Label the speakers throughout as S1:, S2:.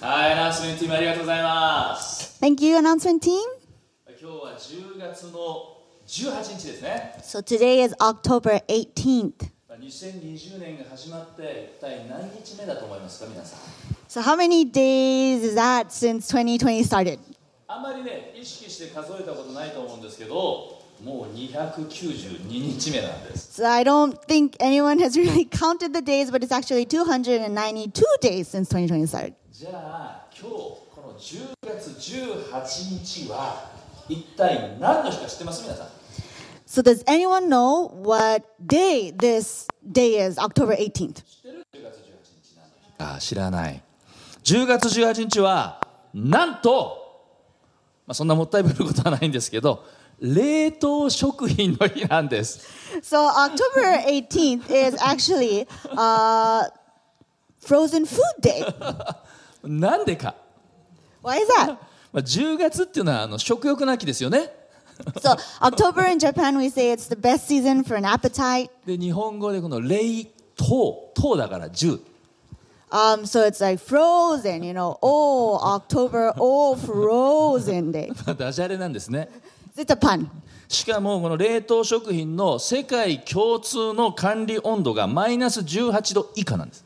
S1: はい、アナウンスメントチームありがとうございます。
S2: Thank you, announcement team.
S1: 今日は10月の18日ですね。
S2: So today is October 18th.
S1: まあ2020年が始まって一体何日目だと思いますか、皆さん。
S2: So how many days is that since 2020 started?
S1: あんまりね、意識して数えたことないと思うんですけど、もう292日目なんです。
S2: So I don't think anyone has really counted the days, but it's actually 292 days since 2020 started.
S1: じゃあ今日この10月18日は一体何の日か知ってます皆さん
S2: So does anyone know what day this day is, October 18th?
S1: 知ってる ?10 月18日何の日あ知らない10月18日はなんと、まあ、そんなもったいぶることはないんですけど冷凍食品の日なんです
S2: So October 18th is actually uh, Frozen Food Day.
S1: なんでか、
S2: Why is that?
S1: まあ、10月っていうのはあの食欲の秋ですよね
S2: So October in Japan, we say it's the best season for an appetite.
S1: で日本語でこの冷凍凍だから10
S2: Um, so it's like frozen, you know. Oh, October, oh, frozen day.
S1: ダジャレなんですね
S2: It's a pun.
S1: しかもこの冷凍食品の世界共通の管理温度がマイナス18度以下なんです。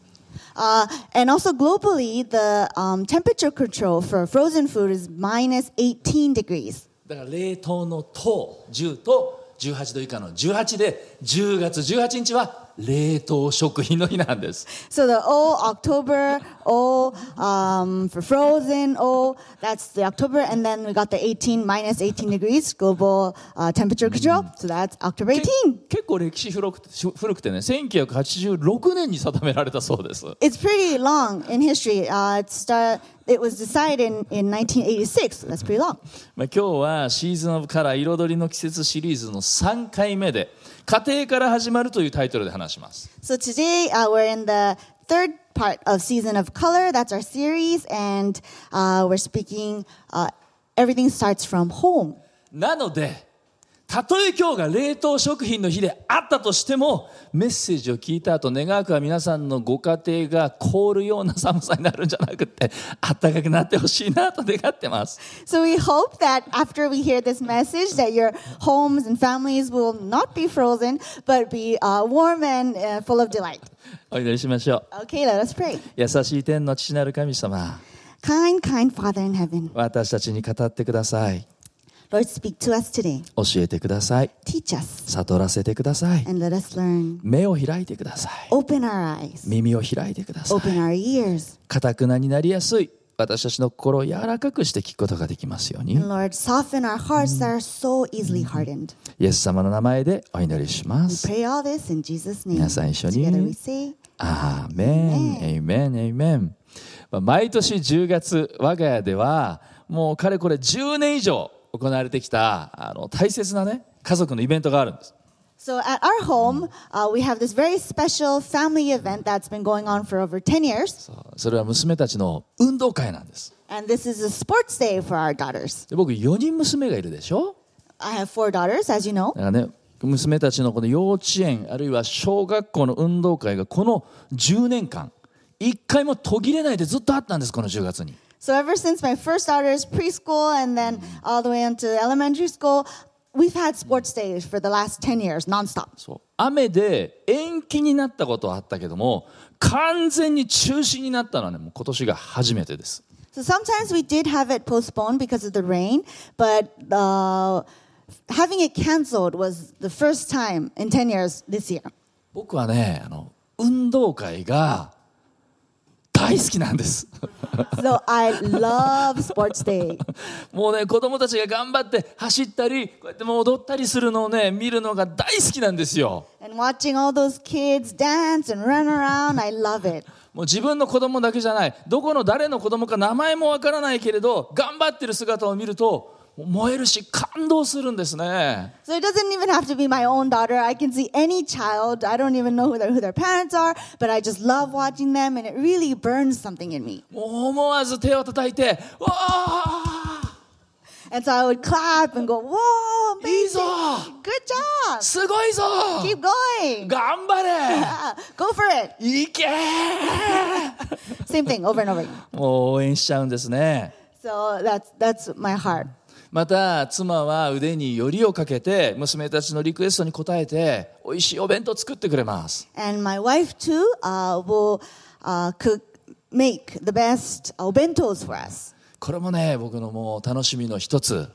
S2: Uh, and also globally, the um, temperature control for frozen food is minus 18 degrees.
S1: だから冷凍の糖10と18度以下の18で10月18日は冷凍食品の日なんです。
S2: So the oh, October, oh, um, for frozen, oh, that's the October. And then we got the 18, minus 18 degrees global uh, temperature control. So that's October
S1: け
S2: 18.
S1: 結構歴史古く古くてね1986年に定められたそうです。
S2: It's pretty long in history. Uh, it, start, it was decided in, in 1986. That's pretty long.
S1: まあ、今日はシーズンオブカラー彩りの季節シリーズの3回目で家庭から始まるというタイトルで話します。
S2: So today uh, we're in the third part of Season of Color. That's our series, and uh, we're speaking. Uh, Everything starts from home.
S1: なので、たとえ今日が冷凍食品の日であったとしても、メッセージを聞いた後、願わくは皆さんのご家庭が凍るような寒さになるんじゃなくって、あったかくなってほしいなと願ってます。
S2: So we hope that after we hear this message, that your homes and families will not be frozen, but be uh, warm and uh, full of delight.
S1: お祈りしましょう。
S2: Okay, let us pray.
S1: 優しい天の父なる神様、
S2: Kind, kind Father in heaven,
S1: 私たちに語ってください。
S2: Lord, speak to us today.
S1: 教えてください。
S2: Teach us
S1: 悟らせてください。
S2: and let us learn.
S1: 目を開いてください。
S2: Open our eyes.
S1: 耳を開いてください。
S2: Open our ears.
S1: かたくなになりやすい。私たちの心を柔らかくして聞くことができますように。
S2: And Lord, soften our hearts that are so easily hardened.
S1: イエス様の名前でお祈りしま
S2: We
S1: す。
S2: pray all this in Jesus' name.
S1: 皆さん一緒に
S2: Together we say,
S1: アーメン、エイメン、エイメン。まあ毎年10月、我が家では、もうかれこれ10年以上行われてきた、あの、大切なね、家族のイベントがあるんです。
S2: so at our home, uh, we have this very special family event that's been going on for over 10 years.
S1: そうそれは娘たちの運動会なんです。
S2: And this is a sports day for our daughters.
S1: で僕、4人娘がいるでしょ
S2: I have four daughters, as you know.
S1: だからね、娘たちのこの幼稚園、あるいは小学校の運動会がこの10年間、一回も途切れないでずっとあったんです、この10月に。
S2: So ever since my first daughter's preschool and then all the way into elementary school, we've had sports days for the last 10 years, nonstop.
S1: そう雨で延期になったことはあったけども完全に中止になったのはねもう今年が初めてです
S2: So sometimes we did have it postponed because of the rain, but uh, having it canceled was the first time in 10 years this year.
S1: 僕はねあの運動会が大好きなんです
S2: So I love sports day.
S1: もうね子供たちが頑張って走ったりこうやってもう踊ったりするのをね見るのが大好きなんですよ
S2: And watching all those kids dance and run around, I love it.
S1: もう自分の子供だけじゃないどこの誰の子供か名前もわからないけれど頑張ってる姿を見ると燃えるし感動するんですね
S2: So it doesn't even have to be my own daughter. I can see any child. I don't even know who their, who their parents are, but I just love watching them and it really burns something in me.
S1: もう思わず手を叩いて、わあ
S2: And so I would clap and go, whoa,
S1: いい
S2: amazing.
S1: ぞ
S2: Good job.
S1: すごいぞ
S2: Keep going.
S1: 頑張
S2: Yeah, go for it.
S1: れいけ
S2: Same thing over and over again.
S1: もう応援しちゃうんですね
S2: So that's, that's my heart.
S1: また妻は腕によりをかけて娘たちのリクエストに応えて美味しいお弁当作ってくれます
S2: And my wife too uh, will uh, cook, make the best uh, bentos for us.
S1: これもね僕のもう楽しみの一つ、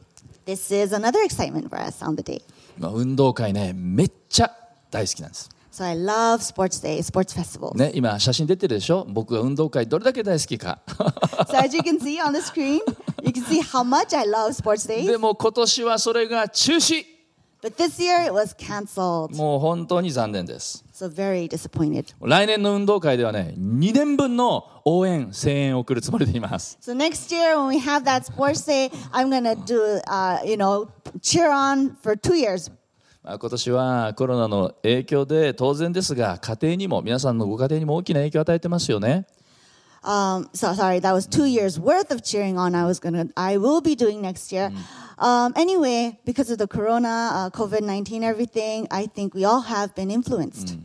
S2: This is another excitement for us on the day.
S1: まあ、運動会ねめっちゃ大好きなんです
S2: So I love Sports Day, Sports Festival.
S1: ね今写真出てるでしょ僕が運動会どれだけ大好きか
S2: So as you can see on the screen, you can see how much I love Sports Day.
S1: でも今年はそれが中止
S2: But this year it was canceled.
S1: もう本当に残念です
S2: So very disappointed.
S1: 来年の運動会ではね2年分の応援声援を送るつもりでいます
S2: So next year when we have that Sports Day, I'm gonna do, uh, you know, cheer on for two years.
S1: まあ今年はコロナの影響で当然ですが家庭にも皆さんのご家庭にも大きな影響を与えてますよね
S2: Um, so sorry, that was two years worth of cheering on. I was gonna, I will be doing next year. Um, anyway, because of the Corona, uh, COVID nineteen, everything, I think we all have been influenced.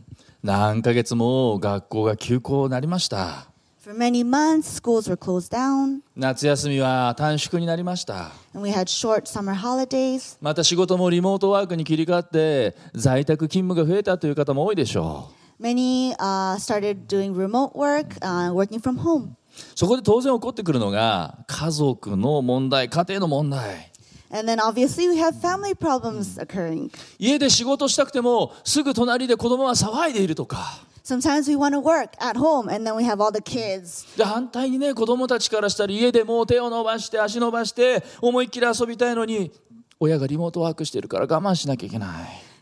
S1: 何ヶ月も学校が休校になりました
S2: For many months, schools were closed down,
S1: 夏休みは短縮になりました
S2: and we had short summer holidays.
S1: また仕事もリモートワークに切り替わって在宅勤務が増えたという方も多いでしょう
S2: Many uh, started doing remote work, uh, working from home,
S1: そこで当然起こってくるのが家族の問題家庭の問題
S2: and then obviously we have family problems occurring.
S1: 家で仕事したくてもすぐ隣で子供は騒いでいるとか
S2: Sometimes we want to work at home, and then we have all the kids
S1: で反対にね子供たちからしたら家でもう手を伸ばして足伸ばして思いっきり遊びたいのに親がリモートワークしてるから我慢しなきゃいけない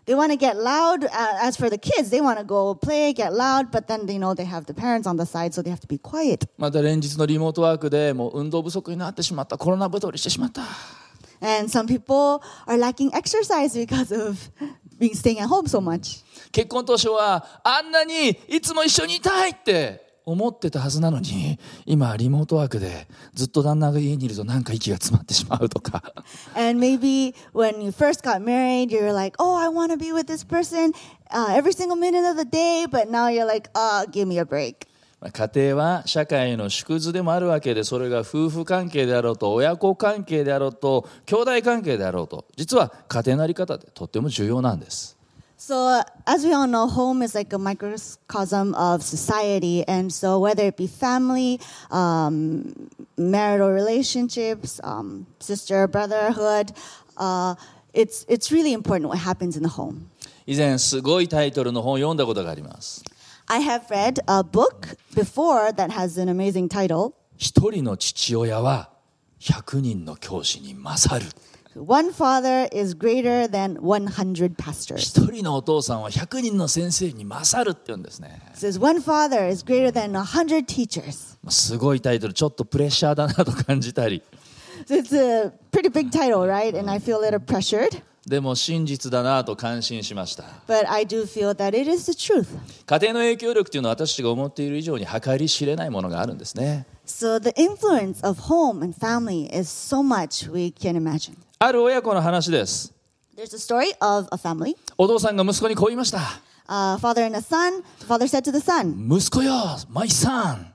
S2: They want to get loud. Uh, as for the kids, they want to go play, get loud, but then you know they have the parents on the side, so they have to be quiet.
S1: また連日のリモートワークでもう運動不足になってしまったコロナ太りしてしまった
S2: And some people are lacking exercise because of being staying at home so much.
S1: 結婚当初はあんなにいつも一緒にいたいって思ってたはずなのに今リモートワークでずっと旦那が家にいるとなんか息が詰まってしまうとか
S2: And maybe when you first got married, you were like, "Oh, I want to be with this person uh, every single minute of the day," but now you're like, "Uh, give me a break."
S1: まあ家庭は社会の縮図でもあるわけでそれが夫婦関係であろうと親子関係であろうと兄弟関係であろうと実は家庭のあり方ってとっても重要なんです
S2: So, uh, as we all know, home is like a microcosm of society. And so, whether it be family, um, marital relationships, um, sister, brotherhood, uh, it's, it's really important what happens in the home.
S1: 以前すごいタイトルの本を読んだことがあります
S2: I have read a book before that has an amazing title
S1: 一人の父親は100人の教師に勝る
S2: One Father is Greater Than 100 Pastors.
S1: 一人のお父さんは100人の先生に勝るって言うんですね
S2: It says, One Father is Greater Than 100 Teachers.
S1: まあすごいタイトルちょっとプレッシャーだなと感じたり
S2: So, it's a pretty big title, right? And I feel a little pressured.
S1: でも真実だなと感心しました
S2: But I do feel that it is the truth.
S1: 家庭の影響力というのは私たちが思っている以上に計り知れないものがあるんですね
S2: So the influence of home and family is so much we can imagine.
S1: ある親子の話です
S2: There's a story of a family,
S1: お父さんが息子にこう言いました
S2: a Uh, father and a son. The father said to the son,
S1: 息子よマイさん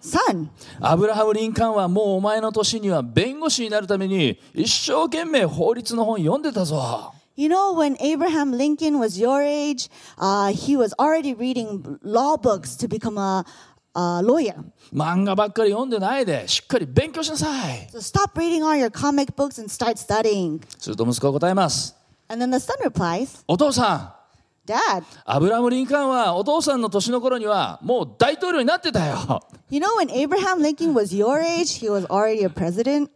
S2: Son,
S1: アブラハム・リンカーンはもうお前の年には弁護士になるために一生懸命法律の本読んでたぞ
S2: you know, when Abraham Lincoln was your age, uh, he was already reading law books to become a, a lawyer.
S1: 漫画ばっかり読んでないでしっかり勉強しなさい
S2: So stop reading all your comic books and start studying.
S1: すると息子が答えます
S2: And then the son replies,
S1: お父さん
S2: Dad,
S1: アブラハム・リンカーンはお父さんの年の頃にはもう大統領になってたよ
S2: you know, when Abraham Lincoln was your age, he was already a president.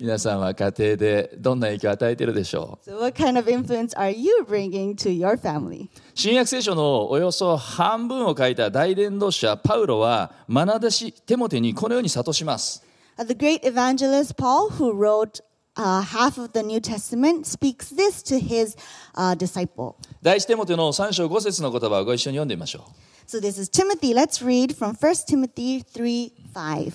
S1: 皆さんは家庭でどんな影響を与えているでしょう
S2: So, what kind of influence are you bringing to your family?
S1: 新約聖書のおよそ半分を書いた大伝道者パウロは愛弟子テモテにこのように諭します
S2: Uh, The great evangelist Paul, who wrote uh, half of the New Testament, speaks this to his uh, disciple.
S1: 第一テモテの3章5節の言葉をご一緒に読んでみましょう
S2: So, this is Timothy. Let's read from 1 Timothy 3 5.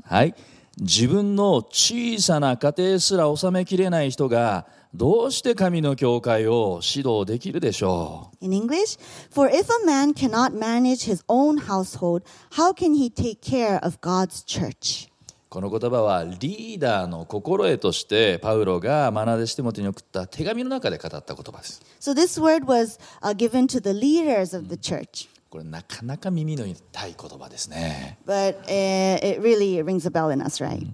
S1: 3はい自分の小さな家庭すら収めきれない人がどうして神の教会を指導できるでしょ
S2: In English, for if a man cannot manage his own household, how can he take care of God's church?
S1: うこの言葉はリーダーの心得としてパウロがマナデシテモテに送った手紙の中で語った言葉です
S2: So this word was uh, given to the leaders of the church,
S1: これなかなか耳の痛い言葉ですね
S2: but uh, it really rings a bell in us, right?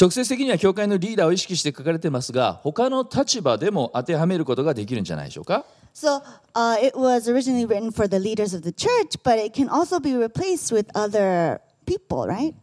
S1: 直接的には教会のリーダーを意識して書かれてますが他の立場でも当てはめることができるんじゃないでしょうか
S2: So uh, it was originally written for the leaders of the church, but it can also be replaced with other people, right?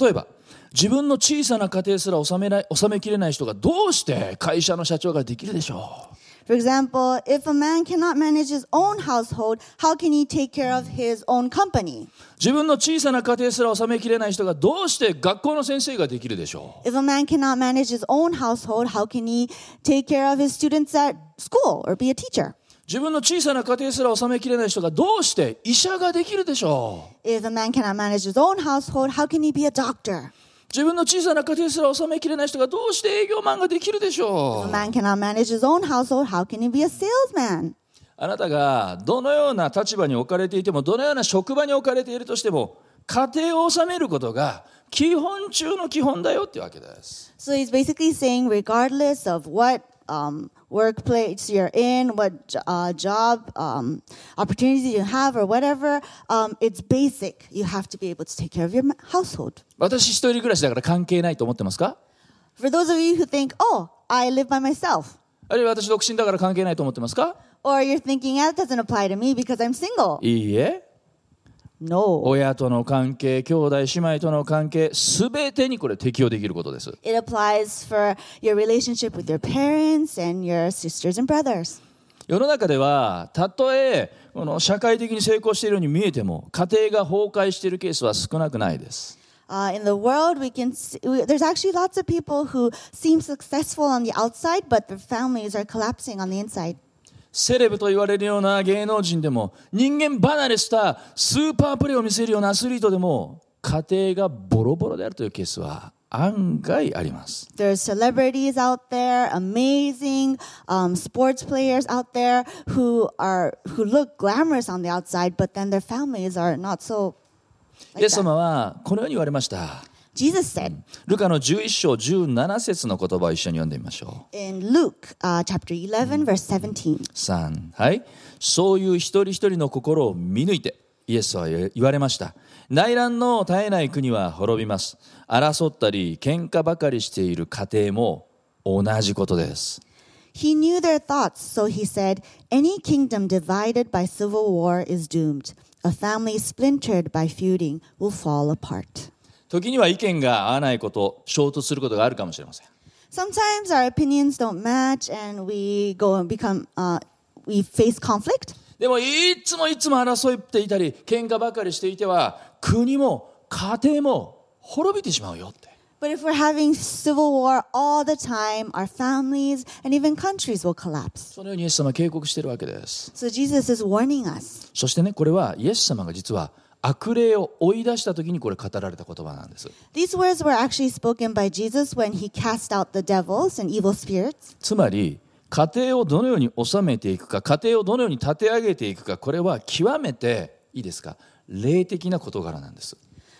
S1: 例えば自分の小さな家庭すら収めない収めきれない人がどうして会社の社長ができるでしょう
S2: For example, if a man cannot manage his own household, how can he take care of his own company?
S1: 自分の小さな家庭すら収めきれない人がどうして学校の先生ができるでしょ
S2: If a man cannot manage his own household, how can he take care of his students at school or be a teacher?
S1: う自分の小さな家庭すら収めきれない人がどうして医者ができるでしょう
S2: If a man cannot manage his own household, how can he be a doctor?
S1: 自分の小さな家庭すら収めきれない人がどうして営業マンができるでし
S2: If
S1: ょ
S2: a
S1: う
S2: man cannot manage his own household, how can he be a salesman?
S1: あなたがどのような立場に置かれていてもどのような職場に置かれているとしても家庭を収めることが基本中の基本だよっていうわけです。
S2: So he's basically saying, regardless of what um, workplace you're in, what j- uh, job um, opportunity you have, or whatever, um, it's basic. You have to be able to take care of your ma- household.
S1: 私一人暮らしだから関係ないと思ってますか
S2: For those of you who think, oh, I live by myself,
S1: あるいは私独身だから関係ないと思ってますか
S2: or you're thinking, that doesn't apply to me because I'm single.
S1: いいえ
S2: No.
S1: 親との関係兄弟姉妹との関係すべてにこれ適用できることです
S2: It applies for your relationship with your parents and your sisters and brothers.
S1: 世の中ではたとえこの社会的に成功しているように見えても家庭が崩壊しているケースは少なくないです
S2: Uh, in the world, we can see, we, there's actually lots of people who seem successful on the outside, but their families are collapsing on the inside.
S1: セレブと言われるような芸能人でも人間離れしたスーパープレーを見せるようなアスリートでも家庭がボロボロであるというケースは案外あります
S2: There's celebrities out there, amazing um, sports players out there who are who look glamorous on the outside, but then their families are not so.
S1: イエス様はこのように言われました
S2: Jesus said
S1: ルカの11章17節の言葉を一緒に読んでみましょ
S2: in Luke uh, chapter 11, verse 17.
S1: う。3はい。そういう一人一人の心を見抜いて、イエスは言われました。内乱の絶えない国は滅びます。争ったり、喧嘩ばかりしている家庭も同じことです。
S2: He knew their thoughts, so he said, Any kingdom divided by civil war is doomed. A family splintered by feuding will fall apart.
S1: 時には意見が合わないこと、衝突することがあるかもしれません。
S2: Sometimes our opinions don't match and we go and become, uh, we face conflict.
S1: でも、いつもいつも争っていたり、喧嘩ばかりしていては、国も家庭も滅びてしまうよって。
S2: But if we're having civil war all the time, our families and even countries will collapse.
S1: そのようにイエス様は警告しているわけです。
S2: So Jesus is warning us.
S1: そしてねこれはイエス様が実は悪霊を追い出した時にこれ語られた言葉なんです
S2: These words were actually spoken by Jesus when he cast out the devils and evil spirits.
S1: つまり家庭をどのように治めていくか家庭をどのように立て上げていくかこれは極めていいですか霊的な事柄なんです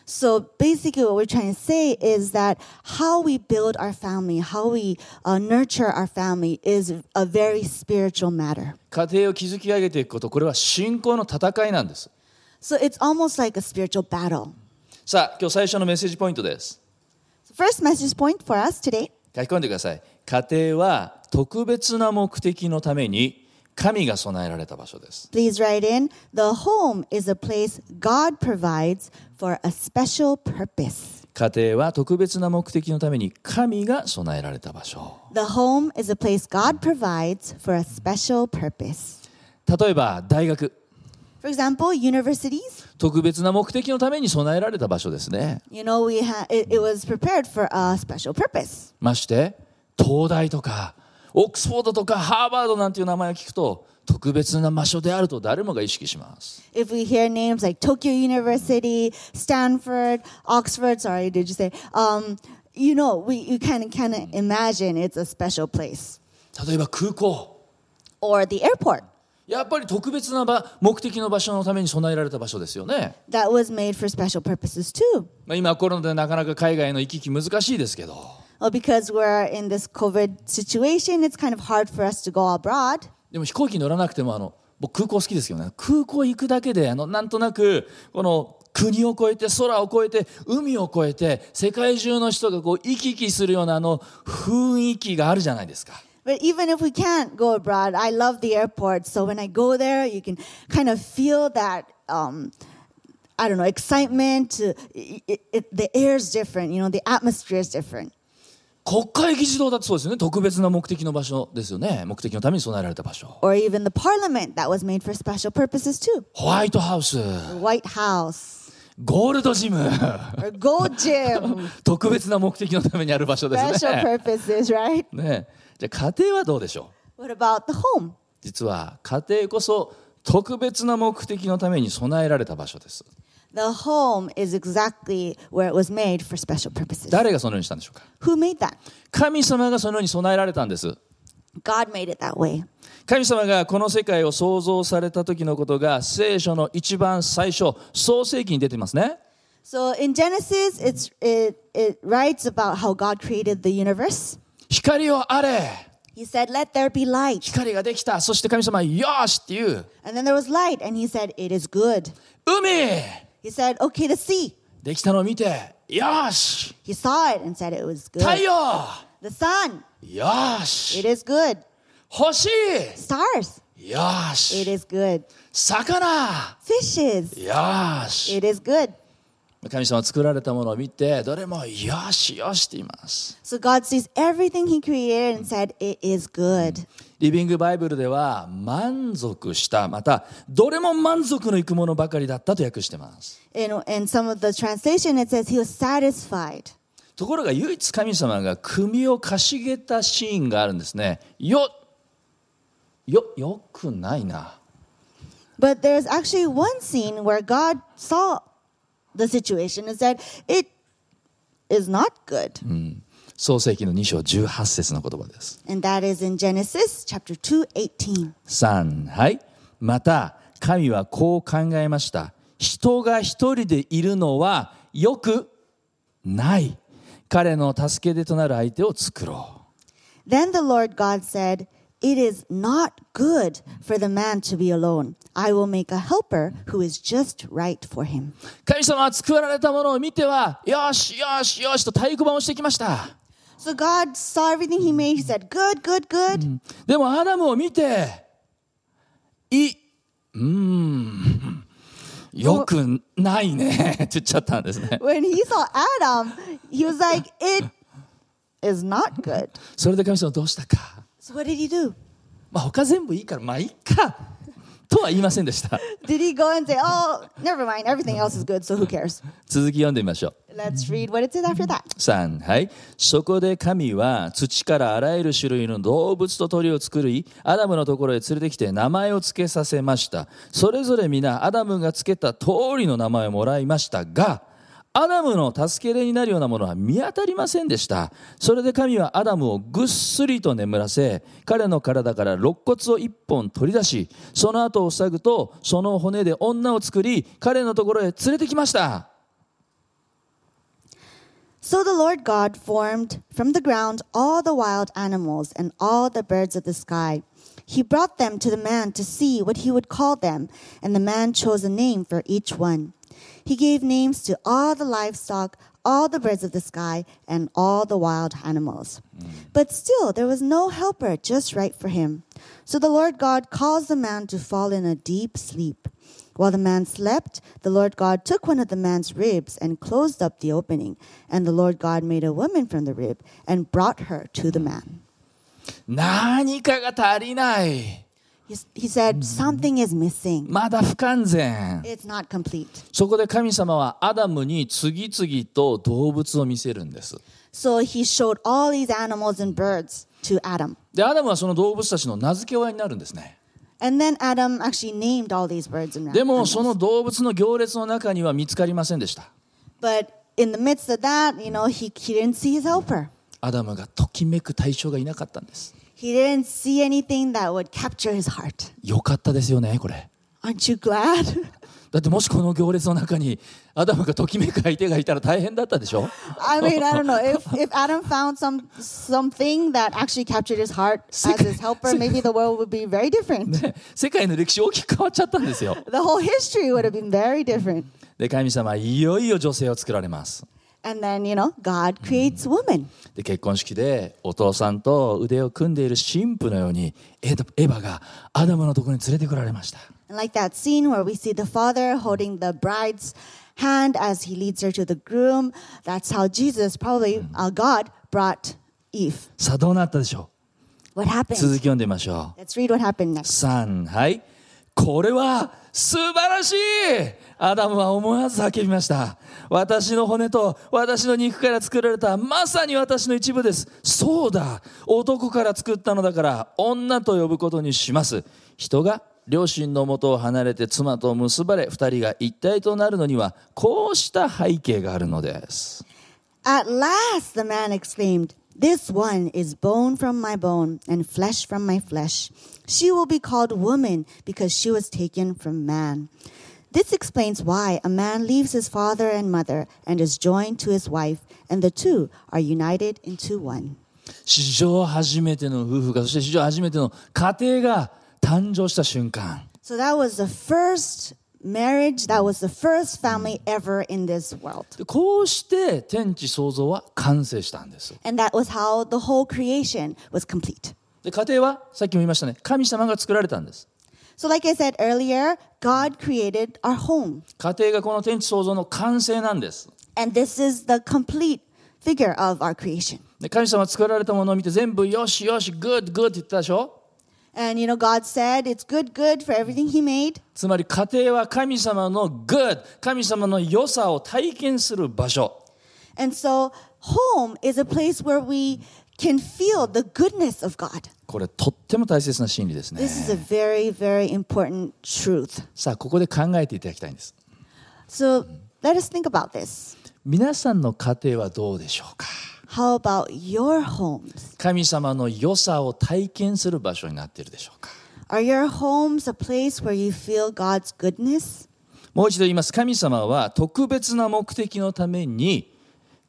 S2: So basically, what we're trying to say is that how we build our family, how we uh, nurture our family, is a very spiritual matter.
S1: 家庭を築き上げていくことこれは信仰の戦いなんです
S2: So it's almost like a spiritual battle.
S1: さあ今日最初のメッセージポイントです
S2: First message point for us today
S1: 書き込んでください家庭は特別な目的のために神が備えられた場所です
S2: please write in the home is a place God provides for a special purpose.
S1: 家庭は特別な目的のために神が備えられた場所
S2: The home is a place God provides for a special purpose.
S1: 例えば大学
S2: For example, universities,
S1: 特別な目的のために備えられた場所ですね
S2: you know, we ha- it, it was prepared for a special purpose.
S1: まして東大とかオックスフォードとかハーバードなんていう名前を聞くと特別な場所であると誰もが意識します
S2: If we hear names like Tokyo University, Stanford, Oxford, sorry, did you say? Um, you know, we, you can, can imagine it's a special place.
S1: 例えば空港
S2: Or the airport
S1: やっぱり特別な場目的の場所のために備えられた場所ですよね、
S2: that was made for special purposes too.
S1: まあ、今コロナでなかなか海外の行き来難しいですけど
S2: Well, because we're in this COVID situation, it's kind of hard for us to go abroad.
S1: でも飛行機乗らなくてもあの僕空港好きですけどね空港行くだけであのなんとなくこの国を越えて空を越えて海を越えて世界中の人がこう行き来するようなあの雰囲気があるじゃないですか。
S2: But even if we can't go abroad, I love the airport. So when I go there, you can kind of feel that, um, I don't know, excitement. uh, It, it, it, the air's different, you know, the atmosphere is different.
S1: 国会議事堂だってそうですよね特別な目的の場所ですよね目的のために備えられた場所
S2: Or even the parliament that was made for special purposes too.
S1: ホワイトハウス
S2: The White House
S1: ゴールドジム
S2: or Gold Gym.
S1: 特別な目的のためにある場所ですね
S2: special purposes, right?
S1: ねじゃあ家庭はどうでしょう
S2: What about the home?
S1: 実は家庭こそ特別な目的のために備えられた場所です
S2: The home is exactly where it was made for special purposes.
S1: 誰がそのようにしたんでしょうか
S2: Who made that?
S1: 神様がそのように備えられたんです
S2: God made it that way.
S1: 神様がこの世界を創造された時のことが聖書の一番最初創世記に出てますね
S2: So in Genesis, it's, it, it writes about how God created the universe.
S1: 光をあれ
S2: He said, Let there be light.
S1: 光ができたそして神様はよーしっていう
S2: And then there was light, and He said, It is good.
S1: 海
S2: He said, Okay, the sea.
S1: できたのを見てよーし
S2: He saw it and said it was
S1: 太
S2: good.
S1: 陽
S2: The sun,
S1: よーし
S2: it is good.
S1: 星
S2: Stars,
S1: よー
S2: it
S1: し
S2: is good.
S1: 魚
S2: Fishes,
S1: よーし
S2: it is good.
S1: 神様は作られたものを見てどれもよーしよしって言います
S2: So God sees everything He created and said, It is good.
S1: リビングバイブルでは満足したまたどれも満足のいくものばかりだったと訳してます
S2: In, in some of the translation, it says He was satisfied.
S1: ところが唯一神様が首をかしげたシーンがあるんですねよよよくないな
S2: But there's actually one scene where God saw the situation and said, It is not good.
S1: 創世記の2章18節の言葉です
S2: And that is in Genesis chapter 2 18.
S1: 3はいまた神はこう考えました人が一人でいるのはよくない彼の助け手となる相手を作ろう
S2: Then the Lord God said, It is not good for the man to be alone. I will make a helper who is just right for him.
S1: 神様は作られたものを見ては、よしよしよしと太鼓判をしてきました。
S2: So God saw everything he made. He said, Good, good, good.
S1: でもアダムを見て、い、うーん、よくないねって言っちゃったんですね。
S2: When he saw Adam, he was like, It is not good.
S1: それで神様どうしたか。
S2: So what did he do?
S1: まあ他全部いいから、まあいいか。とは言いませんでした。
S2: Did he go and say, oh, never mind, everything else is good, so who cares?
S1: 続き読んでみましょう。
S2: Let's read what it says after that.
S1: 3はいそこで神は土からあらゆる種類の動物と鳥を作りアダムのところへ連れてきて名前を付けさせましたそれぞれ皆アダムが付けた通りの名前をもらいましたがアダムの助け手になるようなものは見当たりませんでしたそれで神はアダムをぐっすりと眠らせ彼の体から肋骨を一本取り出しその後を塞ぐとその骨で女を作り彼のところへ連れてきました
S2: So the Lord God formed from the ground all the wild animals and all the birds of the sky. He brought them to the man to see what he would call them, and the man chose a name for each one. He gave names to all the livestock, all the birds of the sky, and all the wild animals. But still, there was no helper just right for him. So the Lord God caused the man to fall in a deep sleep. While the man slept, the Lord God took one of the man's ribs and closed up the opening. And the Lord God made a woman from the rib and brought her to the man.
S1: 何かが足りない
S2: He, he said, Something is missing.
S1: まだ不完全
S2: It's not complete.
S1: そこで神様はアダムに次々と動物を見せるんです
S2: So he showed all these animals and birds to Adam.
S1: でアダムはその動物たちの名付け親になるんですね
S2: And then Adam actually named all these birds and
S1: でも
S2: animals.
S1: その動物の行列の中には見つかりませんでした
S2: But in the midst of that, you know, he, he didn't see his helper.
S1: アダムがときめく対象がいなかったんです
S2: He didn't see anything that would capture his heart.
S1: よかったですよねこれ
S2: Aren't you glad?
S1: だってもしこの行列の中にアダムがときめく相手がいたら大変だったでしょ
S2: I mean, I don't know. If, if Adam found some something that actually captured his heart as his helper, maybe the world would be very different.
S1: ね世界の歴史大きく変わっちゃったんですよ
S2: The whole history would have been very different.
S1: で神様はいよいよ女性を作られます
S2: And then, you know, God creates woman.
S1: で結婚式でお父さんと腕を組んでいる神父のようにエドエヴァがアダムのところに連れてこられました
S2: And like that scene where we see the father holding the bride's hand as he leads her to the groom, that's how Jesus, probably uh, God, brought Eve.
S1: さあどうなったでしょ
S2: What
S1: う続
S2: happened?
S1: き読んでみましょう
S2: Let's read what happened next.
S1: 3はいこれは素晴らしいアダムは思わず叫びました私の骨と私の肉から作られたまさに私の一部ですそうだ男から作ったのだから女と呼ぶことにします人が両親の元を離れて妻と結ばれ二人が一体となるのにはこうした背景があるのです
S2: At last, the man exclaimed, This one is bone from my bone and flesh from my flesh. She will be called woman because she was taken from man. This explains why a man leaves his father and mother and is joined to his wife, and the two are united into one.
S1: 史上初めての夫婦がそして史上初めての家庭が誕生した瞬間
S2: So that was the first marriage, that was the first family ever in this world.
S1: でこうして天地創造は完成したんです。
S2: And that was how the whole creation was complete.
S1: で家庭はさっきも言いましたね神様が作られたんです。
S2: So, like I said earlier, God created our home.
S1: 家庭がこの天地創造の完成なんです。
S2: And this is the complete figure of our creation.
S1: で神様が作られたものを見て全部よしよしグッドグッドって言ったでしょ
S2: And you know, God said it's good, good for everything He made.
S1: つまり家庭は神様のグッド神様の良さを体験する場所
S2: And so, home is a place where we can feel the goodness of God.
S1: これとっても大切な心理ですね
S2: This is a very, very important truth.
S1: さあここで考えていただきたいんです
S2: So, let us think about this.
S1: 皆さんの家庭はどうでしょうか
S2: How about your homes?
S1: 神様の良さを体験する場所になっているでしょうか
S2: Are your homes a place where you feel God's goodness?
S1: もう一度言います。神様は特別な目的のために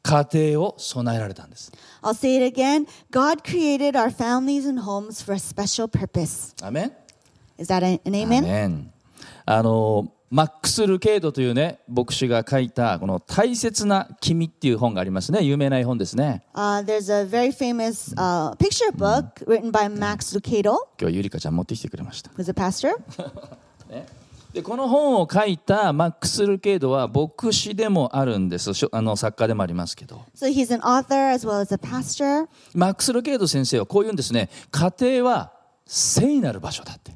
S1: 家庭を備えられたんです。
S2: I'll say it again God created our families and homes for a special purpose.
S1: アメン
S2: Is that an, an
S1: ア
S2: amen?
S1: メンあの、マックス・ルケードというね、牧師が書いた、この大切な君っていう本がありますね。有名な絵本ですね。
S2: Uh, there's a very famous uh, picture book written by Max Lucado,
S1: 今日ゆりかちゃん持ってきてくれました。
S2: who's a pastor.
S1: ねでこの本を書いたマックス・ルケードは牧師でもあるんです。しょあの作家でもありますけど。
S2: So he's an author as well as a pastor.
S1: マックス・ルケード先生はこう言うんですね。家庭は聖なる場所だって。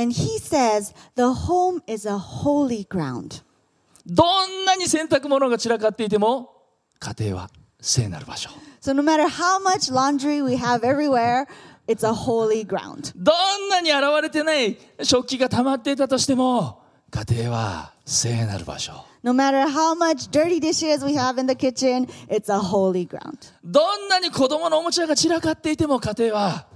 S2: And he says the home is a holy ground.
S1: どんなに洗濯物が散らかっていても家庭は聖なる場所
S2: So no matter how much laundry we have everywhere, it's a holy ground.
S1: どんなに洗われてない食器が溜まっていたとしても家庭は聖なる場所
S2: No matter how much dirty dishes we have in the kitchen, it's a holy ground.
S1: どんなに子供のおもちゃが散らかっていても家庭は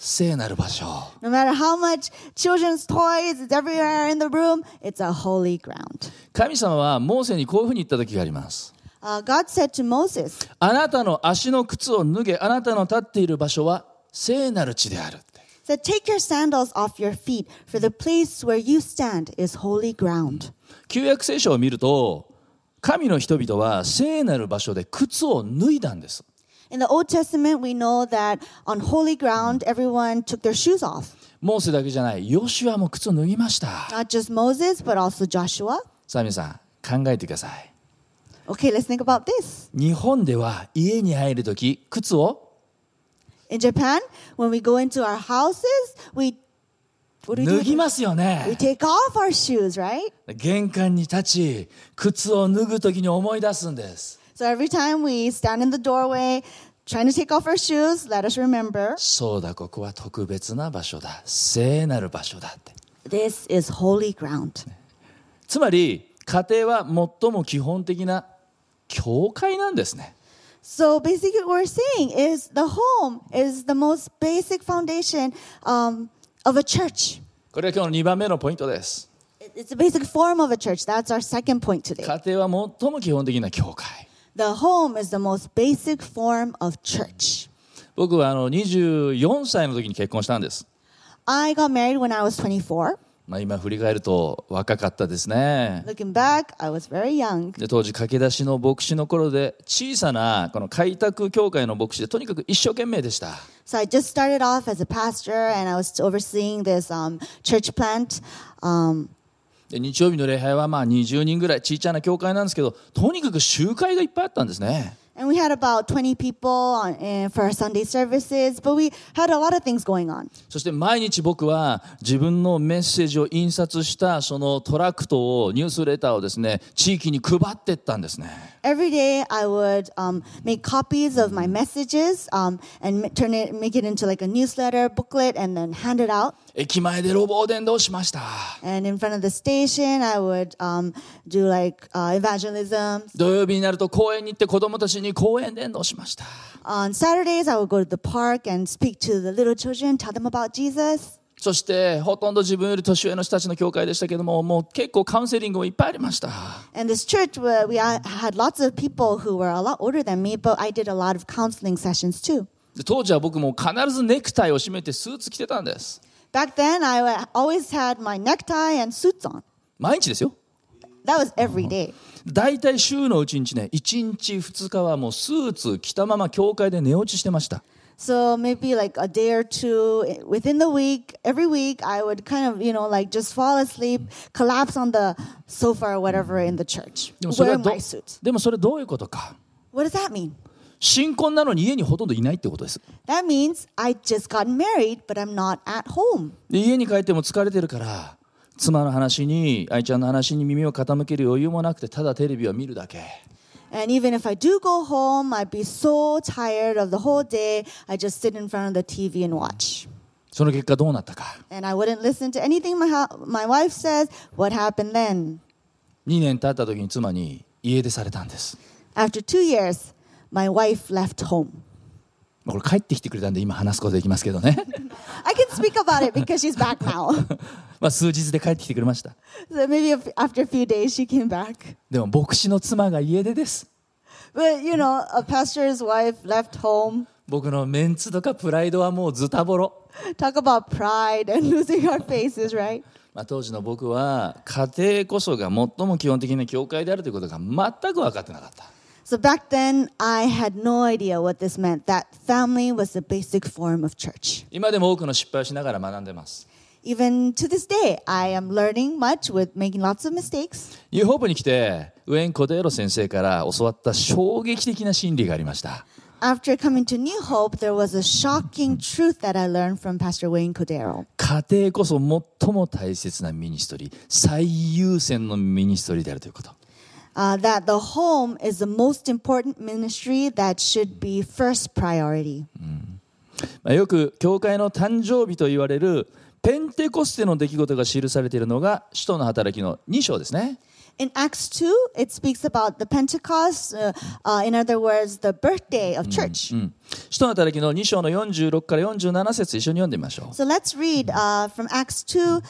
S1: 聖なる場所
S2: No matter how much children's toys is everywhere in the room, it's a holy ground.
S1: 神様はモーセにこういうふうに言った時があります
S2: Uh, God said to Moses,
S1: あなたの足の靴を脱げあなたの立っている場所は聖なる地であるって
S2: said, Take your sandals off your feet, for the place where you stand is holy ground.
S1: 旧約聖書を見ると神の人々は聖なる場所で靴を脱いだんです
S2: In the Old Testament, we know that on holy ground, everyone took their shoes off.
S1: モーセだけじゃない、ヨシュアも靴を脱ぎました。
S2: Not just Moses, but also Joshua.
S1: さあ皆さん、考えてください。
S2: Okay, let's think about this.
S1: 日本では家に入るとき、靴を
S2: In Japan, when we go into our houses, we what do
S1: 脱
S2: we
S1: ぎ
S2: do?
S1: ますよ
S2: We
S1: ね。
S2: take off our shoes, right?
S1: 玄関に立ち、靴を脱ぐときに思い出すんです。
S2: So every time we stand in the doorway, trying to take off our shoes, let us remember
S1: そうだ、ここは特別な場所だ。聖なる場所だって。
S2: this is holy ground.
S1: つまり、家庭は最も基本的な教会なんですね。
S2: So basically, what we're saying is the home is the most basic foundation um, of a church.
S1: これが今日の2番目のポイントです。
S2: It- It's a basic form of a church. That's our second point today.
S1: 家庭は最も基本的な教会。
S2: The home is the most basic form of church.
S1: 僕はあの24歳の時に結婚したんです。
S2: I got married when I was 24.
S1: まあ、今振り返ると若かったですね。
S2: Looking back, I was very young.
S1: で当時駆け出しの牧師の頃で小さなこの開拓教会の牧師でとにかく一生懸命でした
S2: So I just started off as a pastor and I was overseeing this um, church plant. Um,
S1: で日曜日の礼拝はまあ20人ぐらい小さな教会なんですけどとにかく集会がいっぱいあったんですね
S2: and we had about 20 people on, eh, for our Sunday services, but we had a lot of things going on.
S1: そして毎日僕は自分のメッセージを印刷したそのトラクトをニュースレターをですね地域に配ってったんですね
S2: Every day, I would um, make copies of my messages um, and ma- turn it, make it into like a newsletter booklet, and then hand it out.
S1: 駅前でロボを伝道しました
S2: And in front of the station, I would um, do like uh, evangelism.
S1: 土曜日になると公園に行って子供たちに公園伝道しました
S2: On Saturdays, I would go to the park and speak to the little children, tell them about Jesus.
S1: そしてほとんど自分より年上の人たちの教会でしたけどももう結構カウンセリングもいっぱいありました
S2: And this church, where we ha- had lots of people who were a lot older than me, but I did a lot of counseling sessions too.
S1: で当時は僕も必ずネクタイを締めてスーツ着てたんです
S2: Back then, I wa- always had my necktie and suits on.
S1: 毎日ですよ
S2: That was every day.
S1: 大体週のうちにね1日2日はもうスーツ着たまま教会で寝落ちしてました
S2: So maybe like a day or two eh, within the week, every week, I would kind of, you know, like just fall asleep, collapse on the sofa or whatever in the church,
S1: でもそれは
S2: wearing
S1: ど
S2: my suit.
S1: でもそれどういうことか
S2: What does that mean?
S1: 新婚なのに家にほとんどいないってことです
S2: That means I just got married, but I'm not at home.
S1: で家に帰っても疲れてるから妻の話に愛ちゃんの話に耳を傾ける余裕もなくてただテレビを見るだけ
S2: And even if I do go home, I'd be so tired of the whole day. I just sit in front of the TV and watch.
S1: その結果どうなったか
S2: And I wouldn't listen to anything my, hu- my wife says. What happened then?
S1: 2年経った時に妻に家出されたんです
S2: After two years, my wife left home.
S1: まあこれ帰ってきてくれたんで今話すことできますけどね
S2: I can speak about it because she's back now.
S1: まあ数日で帰ってきてくれました
S2: so maybe af- after a few days, she came back.
S1: でも牧師の妻が家出です
S2: But you know, a pastor's wife left home.
S1: 僕のメンツとかプライドはもうズタボロ、
S2: Talk about pride and losing our faces, right?
S1: まあ、当時の僕は家庭こそが最も基本的な教会であるということが全く分かってなかった
S2: So back then, I had no idea what this meant. That family was the basic form of church.
S1: 今でも多くの失敗をしながら学んでます
S2: Even to this day, I am learning much with making lots of mistakes.
S1: ユーホープに来てウェイン・コデーロ先生から教わった衝撃的な真理がありました
S2: After coming to New Hope, there was a shocking truth that I learned from Pastor Wayne Cordero.
S1: 家庭こそ最も大切なミニストリー最優先のミニストリーであるということ
S2: uh, that the home is the most important ministry that should be first priority.
S1: まあよく教会の誕生日と言われるペンテコステの出来事が記されているのが使徒の働きの2章ですね
S2: In Acts 2, it speaks about the Pentecost, uh, uh, in other words, the birthday of church.
S1: うん使徒の働きの2章の46から47節一緒に読んでみましょ
S2: So let's read uh, from Acts 2,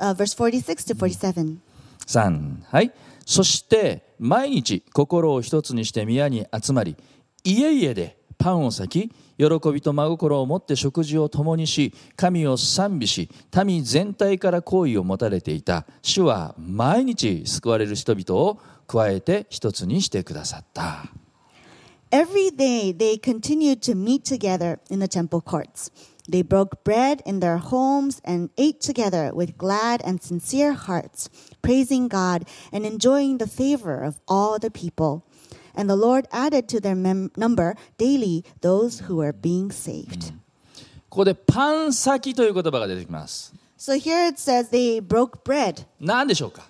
S2: uh, verse 46 to 47.
S1: う3はいそして毎日心を一つにして宮に集まり家々でパンを裂き喜びと真心を持って食事を共にし神を賛美し民全体から好意を持たれていた主は毎日救われる人々を加えて一つにしてくださった。
S2: Every day they continued to meet together in the temple courts. They broke bread in their homes and ate together with glad and sincere hearts, praising God and enjoying the favor of all the people. And the Lord added to their mem- number daily those who were being saved.
S1: ここでパン先という言葉が出てきます。
S2: So here it says they broke bread.
S1: 何でしょうか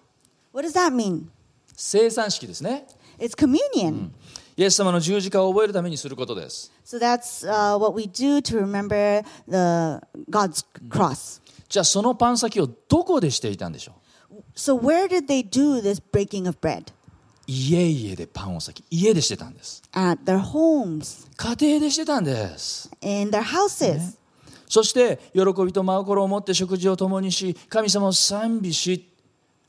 S2: What does that mean?
S1: 生産式ですね。
S2: It's communion.
S1: イエス様の十字架を覚えるためにすることです。
S2: So that's uh, what we do to remember the God's cross.
S1: じゃあそのパン先をどこでしていたんでしょう
S2: So where did they do this breaking of bread?
S1: 家々でパンを裂き、家でしてたんです。
S2: at their homes,
S1: 家庭でしてたんです。
S2: in their houses.
S1: そして、喜びと真心を持って食事を共にし、神様を賛美し、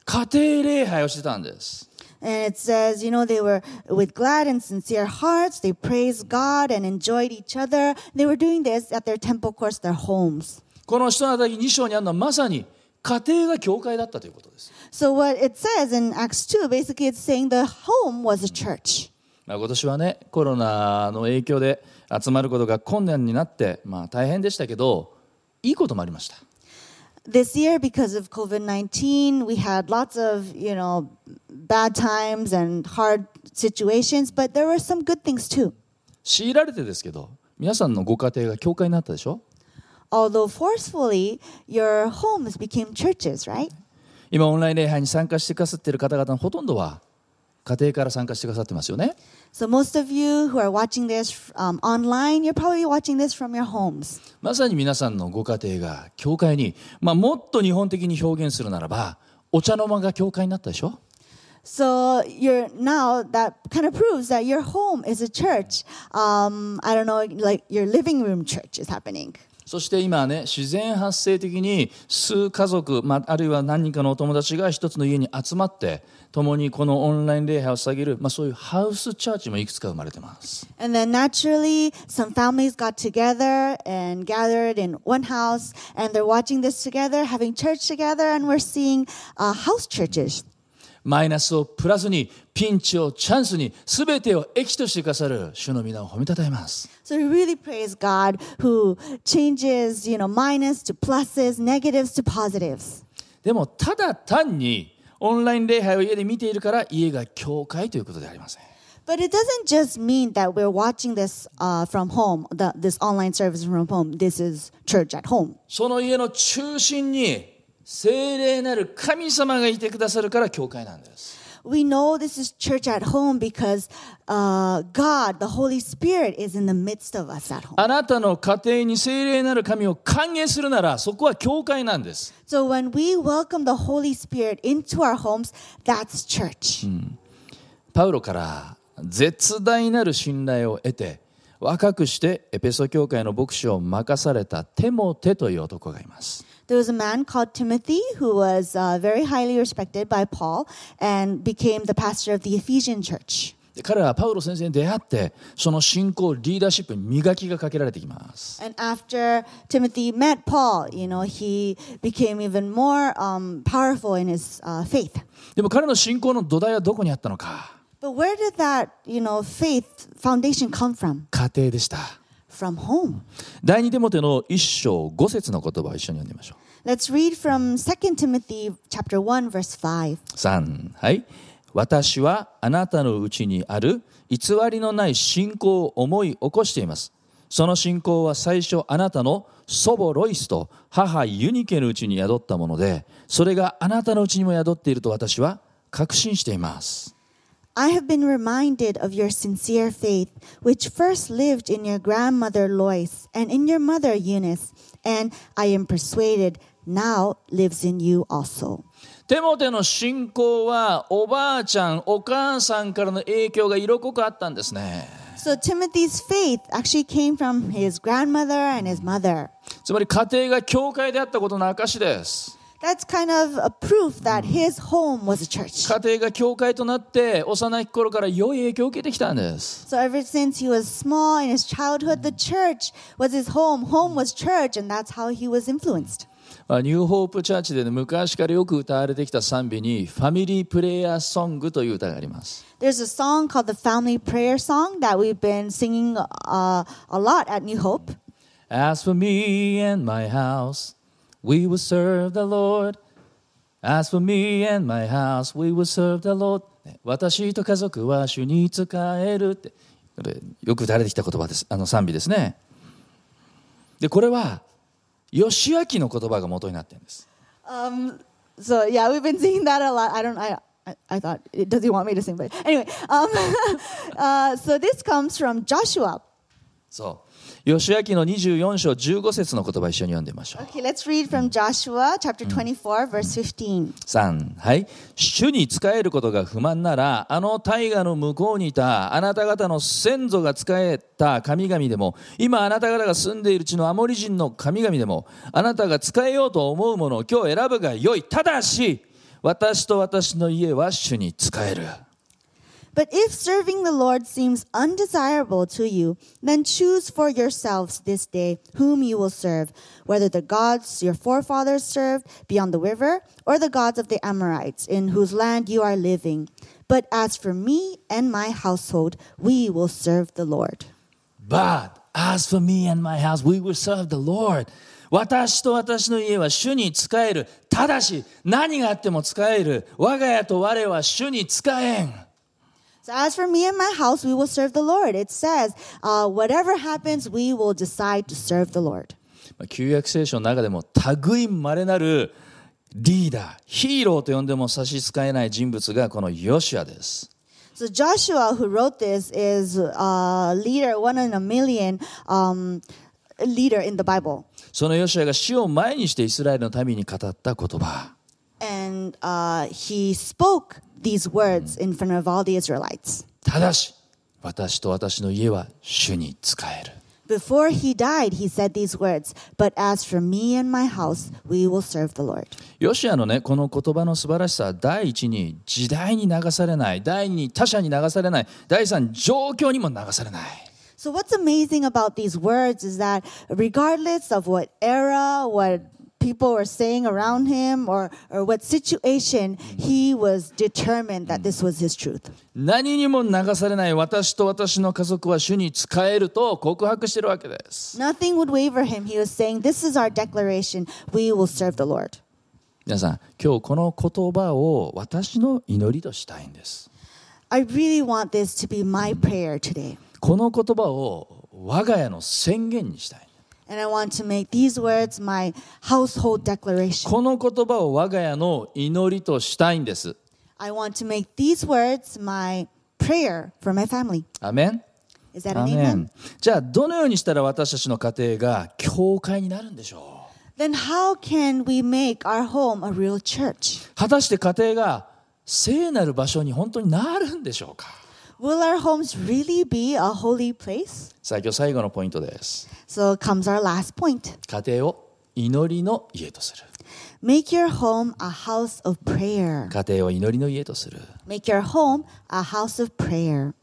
S1: 家庭礼拝をしてたんです。
S2: And it says, you know, they were with glad and sincere hearts. They praised God and enjoyed each other. They were doing this at their temple courts, their homes.
S1: この人のたり2章にあるのはまさに家庭が教会だったということです。
S2: So what it says in Acts 2, basically it's saying the home was a church.
S1: まあ、今年はねコロナの影響で集まることが困難になって、まあ、大変でしたけどいいこともありました、
S2: This year, because of COVID-19, we had lots of, you know, bad times and hard situations, but there were some good things too.
S1: 強いられてですけど皆さんのご家庭が教会になったでしょ
S2: Although forcefully, your homes became churches, right?
S1: 今オンライン礼拝に参加してくださっている方々のほとんどは家庭から参加してくださってますよね
S2: So most of you who are watching this um, online, you're probably watching this from your homes.
S1: まさに皆さんのご家庭が教会に、まあ、もっと日本的に表現するならばお茶の間が教会になったでしょ
S2: So you're now that kind of proves that your home is a church. Um, I don't know, like your living room church is happening.
S1: そして今ね自然発生的に数家族、まあ、あるいは何人かのお友達が一つの家に集まって共にこのオンライン礼拝を捧げる、まあ、そういうハウスチャーチもいくつか生まれてます
S2: And then naturally, some families got together and gathered in one house, and they're watching this together, having church together, and we're seeing uh, house churches.
S1: マイナスをプラスにピンチをチャンスに全てを益としてくださる主の皆を褒めたたえます
S2: So we really praise God who changes, you know, minus to pluses, negatives to positives.
S1: でもただ単にオンライン礼拝を家で見ているから家が教会ということではありません
S2: But it doesn't just mean that we're watching this uh, from home, the, this online service from home. This is church at home.
S1: その家の中心に聖霊なる神様がいてくださるから教会なんです
S2: We know this is church at home because uh, God, the Holy Spirit, is in the midst of us at home.
S1: あなたの家庭に聖霊なる神を歓迎するなら、そこは教会なんです。
S2: So when we welcome the Holy Spirit into our homes, that's church.
S1: パウロから絶大なる信頼を得て、若くしてエペソ教会の牧師を任されたテモテという男がいます。
S2: There was a man called Timothy who was uh, very highly respected by Paul and became the pastor of the Ephesian church.
S1: で彼はパウロ先生に出会って、その信仰、リーダーシップに磨きがかけられてきます。
S2: And after Timothy met Paul, you know, he became even more um, powerful in his uh, faith.
S1: でも彼の信仰の土台はどこにあったのか
S2: But where did that, you know, faith foundation come from?
S1: 家庭でした。
S2: From home.
S1: 第二テモテの一章五節の言葉を一緒に読んでみましょう。
S2: Let's read from 2 Timothy chapter 1 verse 5.
S1: 3はい私はあなたのうちにある偽りのない信仰を思い起こしていますその信仰は最初あなたの祖母ロイスと母ユニケのうちに宿ったものでそれがあなたのうちにも宿っていると私は確信しています
S2: I have been reminded of your sincere faith, which first lived in your grandmother Lois and in your mother Eunice, and I am persuaded now lives in you also.
S1: テモテの信仰はおばあちゃんお母さんからの影響が色濃くあったんですね
S2: So Timothy's faith actually came from his grandmother and his mother.
S1: つまり家庭が教会であったことの証です
S2: That's kind of a proof that his home was a church.
S1: 家庭が教会となって幼い頃から良い影響を受けてきたんです
S2: So ever since he was small in his childhood, the church was his home. Home was church, and that's how he was influenced.
S1: まあニューホープチャーチで、ね、昔からよく歌われてきた賛美に「ファミリープレイヤーソング」という歌があります。
S2: There's a song called the Family Prayer Song that we've been singing uh, a lot at New Hope.
S1: As for me and my house, we will serve the Lord. As for me and my house, we will serve the Lord. ね私と家族は主に仕えるってこれよく歌われてきた言葉です。あの賛美ですね。で、これは、義明の言葉が元になってるんです。
S2: Um, so yeah, we've been singing that a lot. I don't. I I, I thought it does he want me to sing, but anyway. Um, uh, so this comes from Joshua.
S1: そう。ヨシュア記の24章15節の言葉一緒に読んでみましょう。
S2: Okay, let's read from Joshua chapter 24, verse 15.
S1: 3はい主に仕えることが不満ならあの大河の向こうにいたあなた方の先祖が仕えた神々でも今あなた方が住んでいる地のアモリ人の神々でもあなたが仕えようと思うものを今日選ぶがよいただし私と私の家は主に仕える
S2: But if serving the Lord seems undesirable to you, then choose for yourselves this day whom you will serve, whether the gods your forefathers served beyond the river, or the gods of the Amorites in whose land you are living. But as for me and my household, we will serve the Lord.
S1: But as for me and my house, we will serve the Lord. 私と私の家は主に仕える。ただし、何があっても仕える。我が家と我は主に仕えん。
S2: So as for me and my house, we will serve the Lord. It says, uh, whatever happens, we will decide to serve the Lord.
S1: まあ旧約聖書の中でも類稀なるリーダー、ヒーローと呼んでも差し支えない人物がこのヨシュアです。
S2: So Joshua, who wrote this, is a leader, one in a million um, leader in the Bible.
S1: そのヨシュアが死を前にしてイスラエルの民に語った言葉。
S2: And uh, he spoke these words in front of all the Israelites.
S1: ただし、私と私の家は主に仕える。
S2: Before he died, he said these words, but as for me and my house, we will serve the Lord.
S1: ヨシアのね、この言葉の素晴らしさは、第一に時代に流されない、第二に他者に流されない、第三状況にも流されない。
S2: So, what's amazing about these words is that regardless of what era, what people were saying around him, or, or what situation, he was determined that this was his truth.
S1: 何にも流されない私と私の家族は主に仕えると告白してるわけです。
S2: Nothing would waver him. He was saying, This is our declaration. We will serve the Lord.
S1: 皆さん、今日この言葉を私の祈りとしたいんです。
S2: I really want this to be my prayer today.
S1: この言葉を我が家の宣言にしたい。
S2: And I want to make these words my household declaration.
S1: この言葉を我が家の祈りとしたいんです。
S2: I want to make these words my prayer for my family.
S1: アメン
S2: Is that
S1: ア
S2: an
S1: メ
S2: amen?
S1: ンじゃあどのようにしたら私たちの家庭が教会になるんでしょう
S2: Then how can we make our home a real church?
S1: 果たして家庭が聖なる場所に本当になるんでしょうか
S2: Will our homes really be a holy place?
S1: さあ今日最後のポイントです
S2: So comes our last point.
S1: 家庭を祈りの家とする
S2: Make your home a house of prayer.
S1: 家庭を祈りの家とする
S2: Make your home a house of prayer.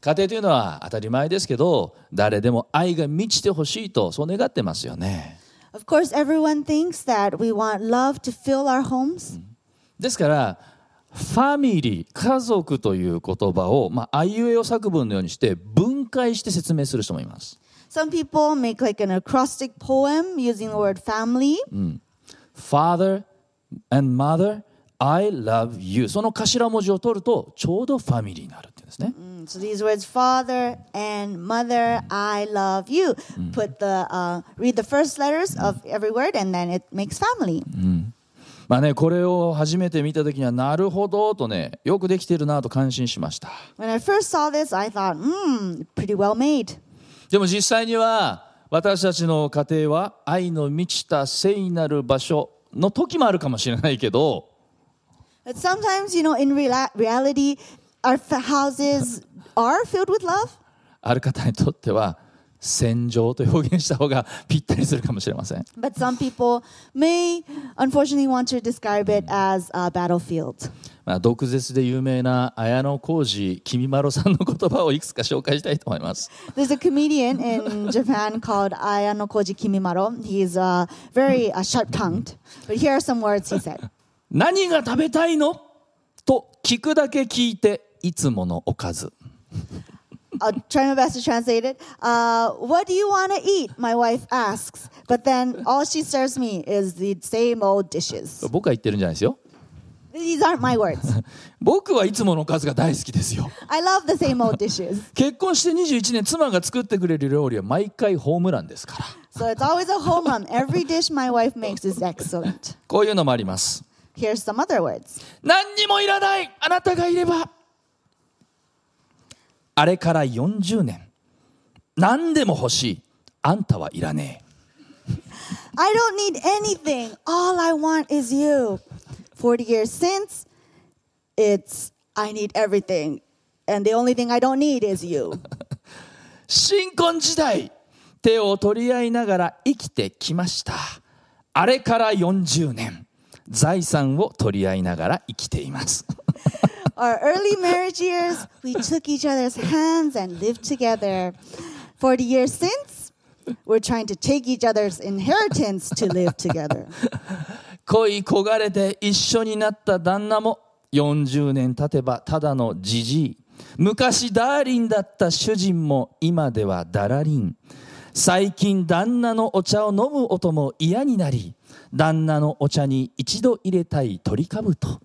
S1: 家庭というのは当たり前ですけど誰でも愛が満ちてほしいとそう願ってますよね
S2: Of course, everyone thinks that we want love to fill our homes.
S1: ですからファミリー家族という言葉を、まああいうえお作文のようにして分解して説明する人もいます
S2: Some people make like an acrostic poem using the word family.
S1: Father and Mother, I love you. その頭文字を取るとちょうどファミリーになるっていうんですね。
S2: Mm, So these words, father and mother, I love you. Put the uh, read the first letters of every word, and then it makes family.
S1: まあね、これを初めて見た時にはなるほどとね、よくできてるなと感心しました。
S2: When I first saw this, I thought, hmm, pretty well made.
S1: でも実際には私たちの家庭は愛の満ちた聖なる場所の時もあるかもしれないけど、
S2: But sometimes, you know, in reala- reality, our f- houses are filled with love.
S1: ある方にとっては戦場と表現した方がぴったりするかもしれません。
S2: But some people may unfortunately want to describe it as a battlefield.
S1: まあ、毒舌で有名な綾野浩二君まろさんの言葉をいくつか紹介したいと思います。
S2: There's a comedian in Japan called Ayano Koji Kimimaro. He's uh, very uh, sharp tongued. But here are some words he said
S1: 何が食べたいのと聞くだけ聞いていつものおかず
S2: I'll try my best to translate it. Uh, what do you want to eat? My wife asks. But then all she serves me is the same old dishes.
S1: 僕は言ってるんじゃないですよ
S2: These aren't my words.
S1: 僕はいつものおかずが大好きですよ
S2: I love the same old dishes.
S1: 結婚して21年妻が作ってくれる料理は毎回ホームランですから
S2: So it's always a home run. Every dish my wife makes is excellent.
S1: こういうのもあります
S2: Here's some other words.
S1: 何にもいらないあなたがいればあれから40年何でも欲しい。あんたはいらねえ。
S2: I don't need anything. All I want is you. 40 years since, it's I need everything. And the only thing I don't need is you.
S1: 新婚時代、手を取り合いながら生きてきました。あれから40年、財産を取り合いながら生きています。
S2: Our early marriage years, we took each other's hands and lived together. 40 years since, we're trying to take each other's inheritance to live together.
S1: 恋焦がれて一緒になった旦那も40年経てばただのじじい昔ダーリンだった主人も今ではダラリン最近旦那のお茶を飲む音も嫌になり旦那のお茶に一度入れたい鳥かぶと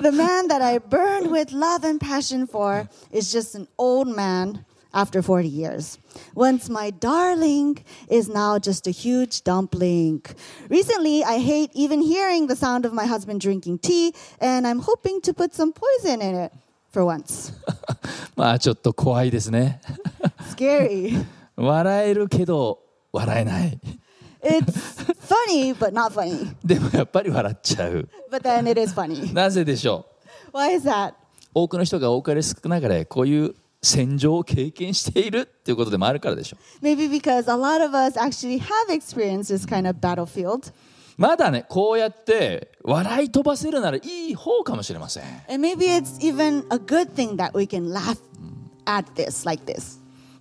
S2: The man that I burned with love and passion for is just an old man after 40 years. Once my darling is now just a huge dumpling. Recently, I hate even hearing the sound of my husband drinking tea, and I'm hoping to put some poison in it for once.
S1: まあちょっと怖いですね
S2: Scary.
S1: 笑えるけど笑えない
S2: It's funny, but not funny.
S1: でもやっぱり笑っちゃう
S2: But then it is funny.
S1: なぜでしょう
S2: Why is that?
S1: 多くの人が多かれ少なかれこういう戦場を経験しているっていうことでもあるからでしょう
S2: Maybe because a lot of us actually have experienced this kind of battlefield.
S1: まだねこうやって笑い飛ばせるならいい方かもしれません
S2: And maybe it's even a good thing that we can laugh at this like this.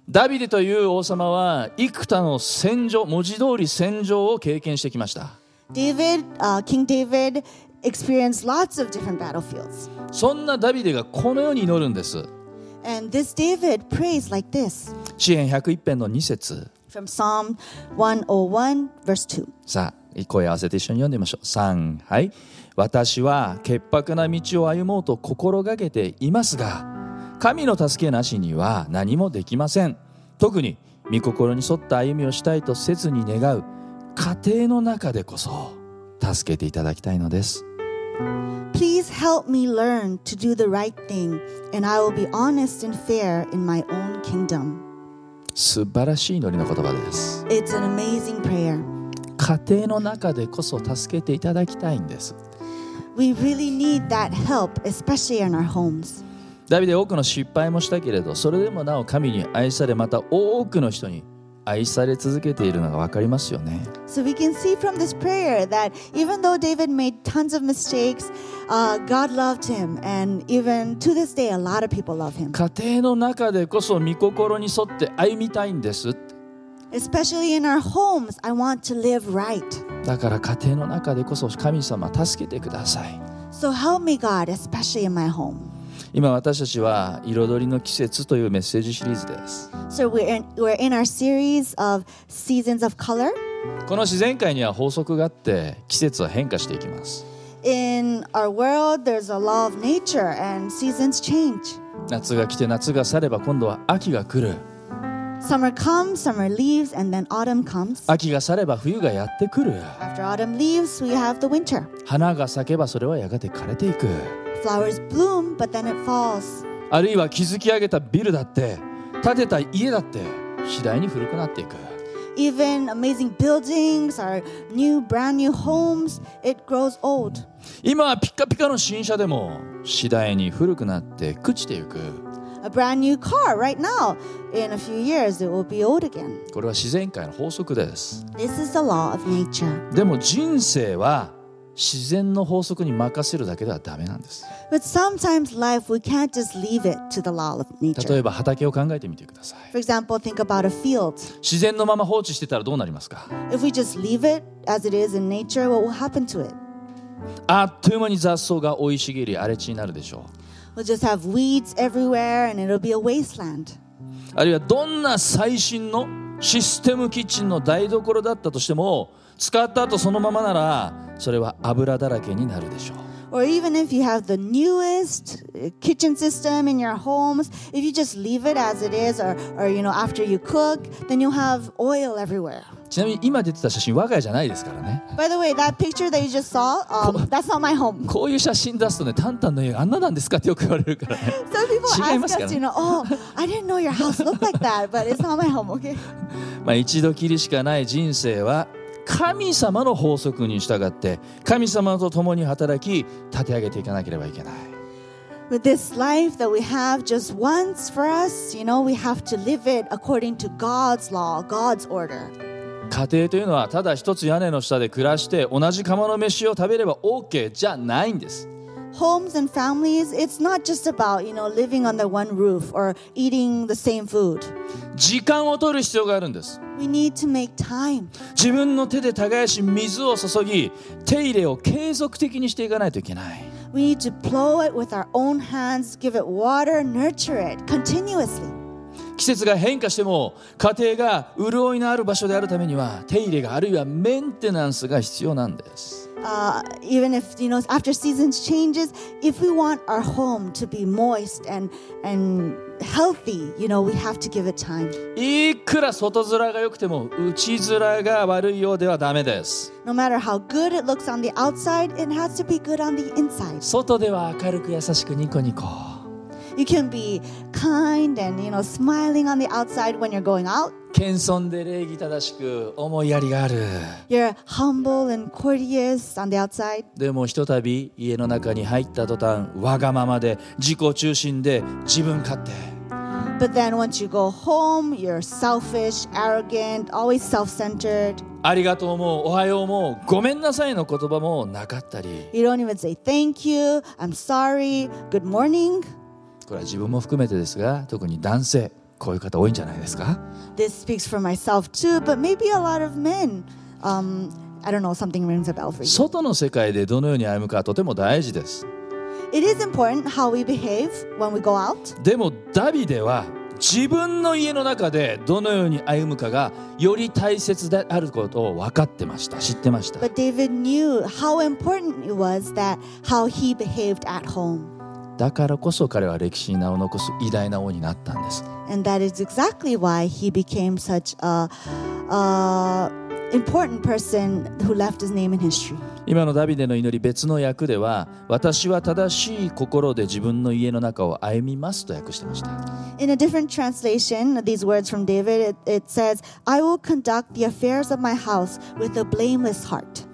S1: ダビデという王様は幾多の戦場文字通り戦場を経験してきました
S2: David, uh, King David, experienced lots of different battlefields.
S1: そんなダビデがこのように祈るんです
S2: And this David prays like this
S1: 詩篇101編の2節
S2: from Psalm 101, verse 2.
S1: さあ声合わせて一緒に読んでみましょう3はい私は潔白な道を歩もうと心がけていますが神の助けなしには何もできません特に御心に沿った歩みをしたいと切に願う家庭の中でこそ助けていただきたいのです
S2: Please help me learn to do the right thing, and I will be honest and fair in my own kingdom.
S1: 素晴らしい祈りの言葉です
S2: It's an amazing prayer.
S1: 家庭の中でこそ助けていただきたいんです
S2: We really need that help, especially in our homes.
S1: ダビデ多くの失敗もしたけれどそれでもなお神に愛されまた多くの人に愛され続けているのが分かりますよね
S2: So we can see from this prayer that even though David made tons of mistakes, uh, God loved him. And even to this day, a lot of people love him,
S1: 家庭の中でこそ御心に沿って歩みたいんです
S2: especially in our homes. I want to live right.
S1: だから家庭の中でこそ神様助けてください
S2: So help me, God, especially in my home.
S1: 今私たちは彩りの季節というメッセージシリーズです
S2: So we're in, we're in our series of Seasons of Color.
S1: この自然界には法則があって季節は変化していきます
S2: In our world, there's a law of nature, and seasons change.
S1: 夏が来て夏が去れば今度は秋が来る
S2: Summer comes, summer leaves, and then autumn comes.
S1: 秋が去れば冬がやってくる
S2: After autumn leaves, we have the winter.
S1: 花が咲けばそれはやがて枯れていく
S2: Flowers bloom, but then it falls.
S1: あるいは築き上げたビルだって建てた家だって次第に古くなっていく
S2: Even amazing buildings, our new, brand new homes, it grows old.
S1: 今はピッカピカの新車でも次第に古くなって朽ちていく
S2: A brand new car right now, in a few years, it will be old again.
S1: これは自然界の法則です
S2: This is the law of nature.
S1: でも人生は自然の法則に任せるだけではダメなんです
S2: But sometimes life, we can't just leave it to the law of
S1: 例
S2: nature.
S1: えば畑を考えてみてください
S2: For example, think about a field.
S1: 自然のまま放置してたらどうなりますか
S2: If we just leave it as it is in nature, what will happen to it?
S1: あっという間に雑草が生い茂り荒れ地になるでしょう
S2: We'll just have weeds everywhere and it'll be a wasteland.
S1: あるいはどんな最新のシステムキッチンの台所だったとしても使った後そのままならそれは油だらけになるでしょう
S2: Or even if you have the newest uh, kitchen system in your homes, if you just leave it as it is, or, or you know, after you cook, then you'll have oil everywhere.
S1: ちなみに今出てた写真我が家じゃないですからね
S2: By the way, that picture that you just saw, um, that's not my home.
S1: こういう写真出すとねタンタンの家あんななんですかってよく言われるから ね
S2: So people
S1: Shigemasa
S2: ask
S1: kana?
S2: us, you know, oh, I didn't know your house looked like that, but it's not my home, okay?
S1: まあ一度きりしかない人生は神様の法則に従って神様と共に働き立て上げていかなければいけない
S2: But this life that we have just once for us, you know, we have to live it according to God's law, God's order.
S1: 家庭というのはただ一つ屋根の下で暮らして同じ釜の飯を食べれば OK じゃないんです
S2: Homes and families, it's not just about, you know, living under one roof or eating the same food.
S1: 時間を取る必要があるんです
S2: We need to make time.
S1: 自分の手で耕し水を注ぎ手入れを継続的にしていかないといけない
S2: We need to plow it with our own hands, give it water, nurture it continuously.
S1: 季節が変化しても家庭が潤いのある場所であるためには手入れがあるいはメンテナンスが必要なんです
S2: Uh, even if you know after seasons changes, if we want our home to be moist and and healthy, you know, we have to give it time.
S1: いくら外面が良くても内面が悪いようではダメです
S2: No matter how good it looks on the outside, it has to be good on the inside.
S1: 外では明るく優しくニコニコ
S2: You can be kind and you know smiling on the outside when you're going out.
S1: 謙遜で礼儀正しく思いやりがある
S2: You're humble and courteous on the outside.
S1: でもひとたび家の中に入った途端わがままで自己中心で自分勝手
S2: But then once you go home, you're selfish, arrogant, always self-centered.
S1: ありがとうもおはようもごめんなさいの言葉もなかったり
S2: You don't even say thank you, I'm sorry, good morning.
S1: これは自分も含めてですが特に男性こういう方多いんじゃないですか
S2: This speaks for myself too, but maybe a lot of men. Um, I don't know, something rings a bell for you.
S1: 外の世界でどのように歩むかはとても大事です
S2: It is important how we behave when we go out.
S1: でもダビデは自分の家の中でどのように歩むかがより大切であることを分かってました知ってました
S2: But David knew how important it was that how he behaved at home.
S1: だからこそ彼は歴史に名を残す偉大な王になったんです
S2: And that is exactly why he became such a, a important person who left his name in history.
S1: 今のダビデの祈り別の訳では私は正しい心で自分の家の中を歩みますと訳してました
S2: In a different translation, of these words from David, it, it says, I will conduct the affairs of my house with a blameless heart.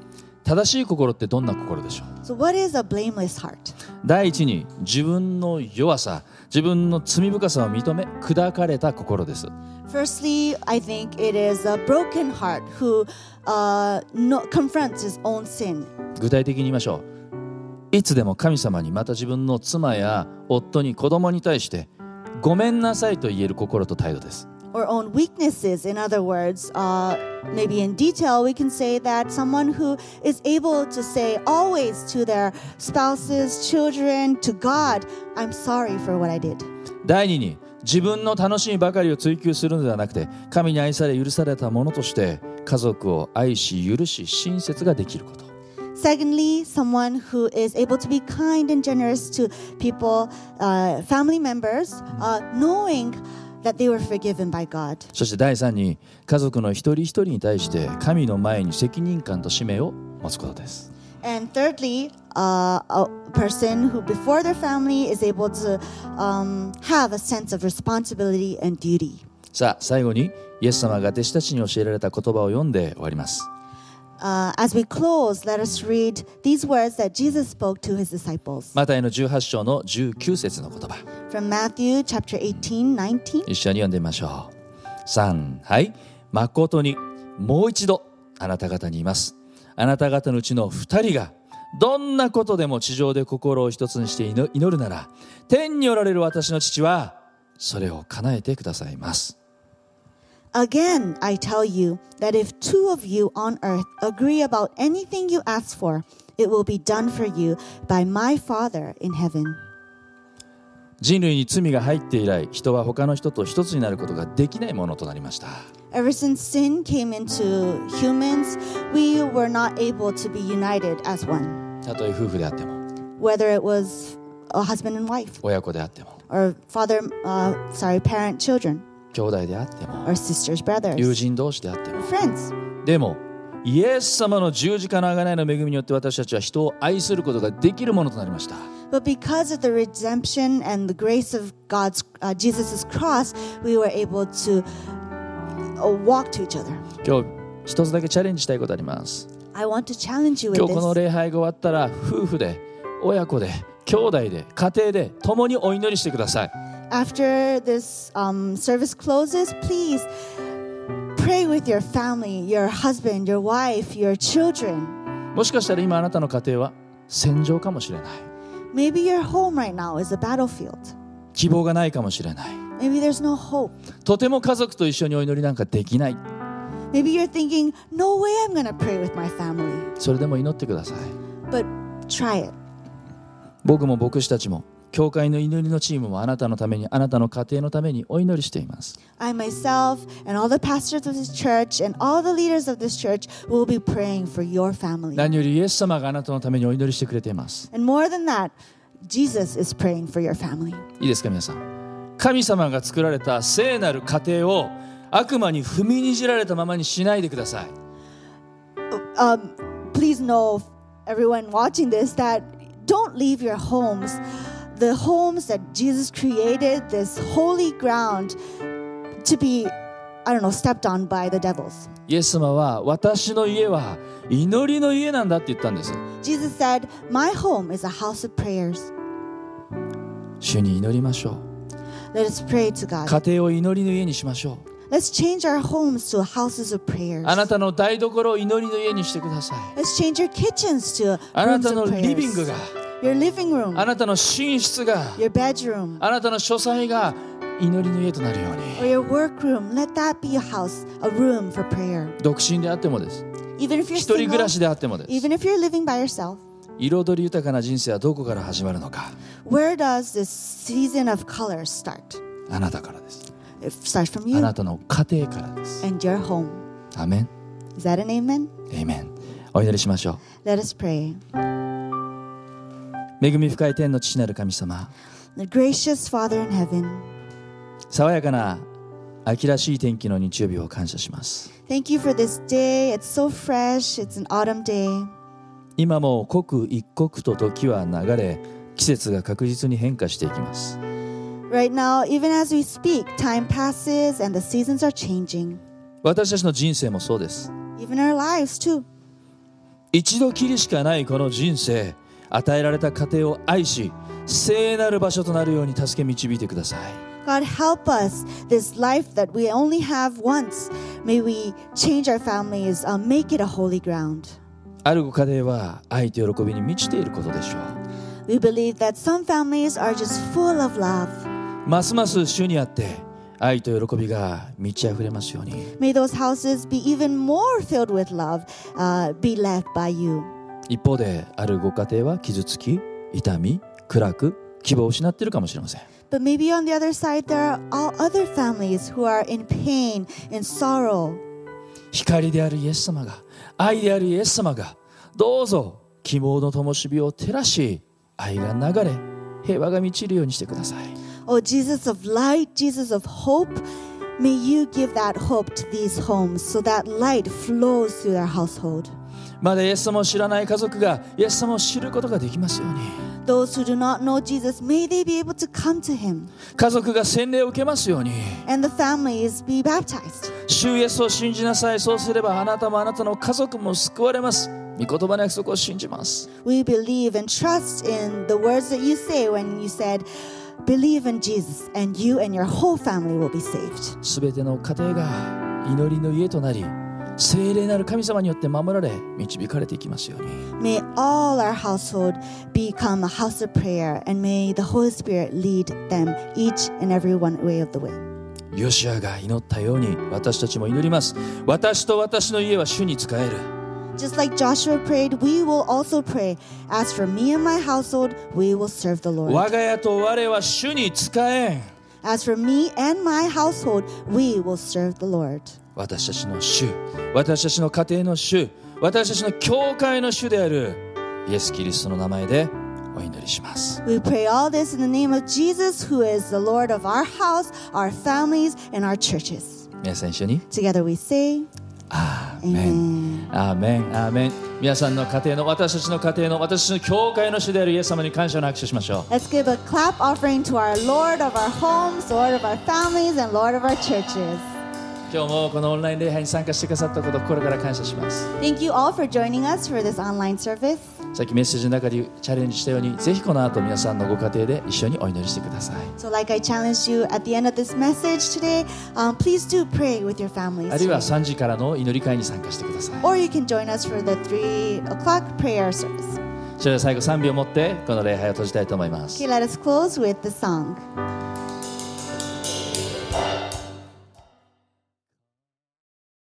S1: 正しい心ってどんな心でしょう
S2: So, what is a blameless heart?
S1: 第一に自分の弱さ自分の罪深さを認め砕かれた心です
S2: Firstly, I think it is a broken heart who uh, no, confronts his own sin.
S1: 具体的に言いましょういつでも神様にまた自分の妻や夫に子供に対してごめんなさいと言える心と態度です
S2: Or own weaknesses. In other words, uh, maybe in detail, we can say that someone who is able to say always to their spouses, children, to God, I'm sorry for what I did.
S1: 第二に自分の楽しみばかりを追求するのではなくて神に愛され許されたものとして家族を愛し許し親切ができること
S2: Secondly, someone who is able to be kind and generous to people, uh, family members, uh, knowing that they were forgiven by God.
S1: そして第三に家族の一人一人に対して神の前に責任感と使命を持つことです
S2: And thirdly, uh, a person who before their family is able to um, have a sense of responsibility and duty.
S1: さあ最後にイエス様が弟子たちに教えられた言葉を読んで終わります
S2: Uh, as we close, let us read these words that Jesus spoke to his disciples
S1: マタイの18章の19節の言葉
S2: from Matthew chapter 18, 19.
S1: 一緒に読んでみましょう3はい誠にもう一度あなた方に言いますあなた方のうちの2人がどんなことでも地上で心を一つにして祈祈るなら天におられる私の父はそれを叶えてくださいます
S2: Again, I tell you that if two of you on earth agree about anything you ask for, it will be done for you by my Father in heaven.
S1: 人類に罪が入って以来人は他の人と一つになることができないものとなりました
S2: Ever since sin came into humans, we were not able to be united as one,
S1: たとえ夫婦であっても
S2: whether it was a husband and wife,
S1: 親子であっても
S2: or father, uh, sorry, parent, children,
S1: 兄弟であっても
S2: or sisters,
S1: 友
S2: brothers,
S1: 人同士であっても
S2: friends.
S1: でもイエス様の十字架の贖いの恵みによって私たちは人を愛することができるものとなりました
S2: But because of the redemption and the grace of God's uh, Jesus' cross, we were able to uh, walk to each other.
S1: 今日一つだけチャレンジしたいことあります
S2: I want to challenge you
S1: 今
S2: with
S1: 日この
S2: this.
S1: 礼拝が終わったら夫婦で親子で兄弟で家庭で共にお祈りしてください
S2: After this um, service closes, please pray with your family, your husband, your wife, your children.
S1: もしかしたら今あなたの家庭は戦場かもしれない
S2: Maybe your home right now is a battlefield.
S1: 希望がないかもしれない
S2: Maybe there's no hope.
S1: とても家族と一緒にお祈りなんかできない
S2: Maybe you're thinking, no way I'm going to pray with my family.
S1: それでも祈ってください
S2: But try it.
S1: 僕も牧師たちも教会の祈りのチームもあなたのためにあなたの家庭のためにお祈りしています
S2: I myself and all the pastors of this church and all the leaders of this church will be praying for your family.
S1: 何よりイエス様があなたのためにお祈りしてくれています
S2: And more than that, Jesus is praying for your family.
S1: いいですか皆さん神様が作られた聖なる家庭を悪魔に踏みにじられたままにしないでください
S2: Um, please know, everyone watching this, that don't leave your homes. The homes that Jesus created, this holy ground, to be, I don't know, stepped on by the devils.
S1: イエス様は私の家は祈りの家なんだって言ったんです
S2: Jesus said, My home is a house of prayers.
S1: 主に祈りましょう
S2: Let us pray to God.
S1: 家庭を祈りの家にしましょ
S2: Let's change our homes to houses of
S1: う
S2: prayers.
S1: あなたの台所を祈りの家にしてください
S2: Let's change your kitchens to
S1: あな
S2: rooms
S1: た
S2: of
S1: の
S2: prayers.
S1: リビングが
S2: your living room,
S1: あなたの寝室が
S2: your bedroom,
S1: あなたの書斎が祈りの家となるよう
S2: or
S1: に
S2: your workroom. Let that be a house, a room for prayer.
S1: 独身であってもです
S2: Even if you're
S1: 一人暮
S2: single,
S1: らしであってもです
S2: even if you're living by yourself,
S1: 彩り豊かな人生はどこから始まるのか
S2: where does this season of color start?
S1: あなたからです
S2: It starts from
S1: あ
S2: you
S1: なたの家庭からです
S2: and your home.
S1: アメン
S2: Is that an amen?
S1: エイメンお祈りしましょ
S2: Let us pray.
S1: う恵み深い天の父なる神様
S2: The gracious Father in heaven,
S1: 爽やかな秋らしい天気の日曜日を感謝します
S2: thank you for this day. It's so fresh. It's an autumn day.
S1: 今も刻一刻と時は流れ季節が確実に変化していきます
S2: Right now, even as we speak, time passes and the seasons are changing.
S1: 私たちの人生もそうです
S2: Even our lives, too.
S1: 一度きりしかないこの人生与えられた家庭を愛し聖なる場所となるように助け導いてください
S2: God, help us this life that we only have once. May we change our families, uh, make it a holy ground.
S1: あるご家庭は愛と喜びに満ちていることでしょう
S2: We believe that some families are just full of love.
S1: ますます主にあって愛と喜びが満ち溢れますように
S2: May those houses be even more filled with love, uh, be led by you.
S1: 一方であるご家庭は傷つき痛み暗く希望を失っているかもしれません
S2: But maybe on the other side, there are all other families who are in pain, in sorrow.
S1: 光であるイエス様が愛であるイエス様がどうぞ希望の灯火を照らし愛が流れ平和が満ちるようにしてください
S2: Oh, Jesus of light, Jesus of hope, may you give that hope to these homes so that light flows through their household.
S1: まだイエス様を知らない家族がイエス様を知ることができますように
S2: Those who do not know Jesus, may they be able to come to him
S1: 家族が洗礼を受けますように
S2: and the families be baptized.
S1: 主イエスを信じなさいそうすればあなたもあなたの家族も救われます御言葉の約束を信じます
S2: We believe and trust in the words that you say when you said, Believe in Jesus, and you and your whole family will be saved.
S1: すべての家庭が祈りの家となり聖霊なる神様によって守られ導かれていきますように
S2: May all our household become a house of prayer, and may the Holy Spirit lead them each and every one way of the way.
S1: ヨシアが祈ったように私たちも祈ります私と私の家は主に仕える
S2: Just like Joshua prayed, we will also pray. As for me and my household, we will serve the Lord.
S1: 我が家と我は主に仕えん
S2: As for me and my household, we will serve the Lord.
S1: 私たちの主私たちの家庭の主私たちの教会の主であるイエス・キリストの名前でお祈りします
S2: We pray all this in the name of Jesus, who is the Lord of our house, our families, and our churches.
S1: 皆さん一緒に
S2: Together we say,
S1: アーメンアーメンアーメンアーメン皆さんの家庭の私たちの家庭の私たちの教会の主であるイエス様に感謝の拍手しましょう
S2: Let's give a clap offering to our Lord of our homes, Lord of our families, and Lord of our churches.
S1: 今日もこのオンライン礼拝に参加してくださったこと心から感謝します
S2: Thank you all for joining us for this online service.
S1: さっきメッセージの中でチャレンジしたようにぜひこの後皆さんのご家庭で一緒にお祈りしてください
S2: So, like I challenged you at the end of this message today, um, please do pray with your
S1: あるい
S2: families.
S1: は3時からの祈り会に参加してください
S2: Or you can join us for the 3 o'clock prayer service.
S1: それでは最後3秒持ってこの礼拝を閉じたいと思います
S2: Okay, let us close with the song.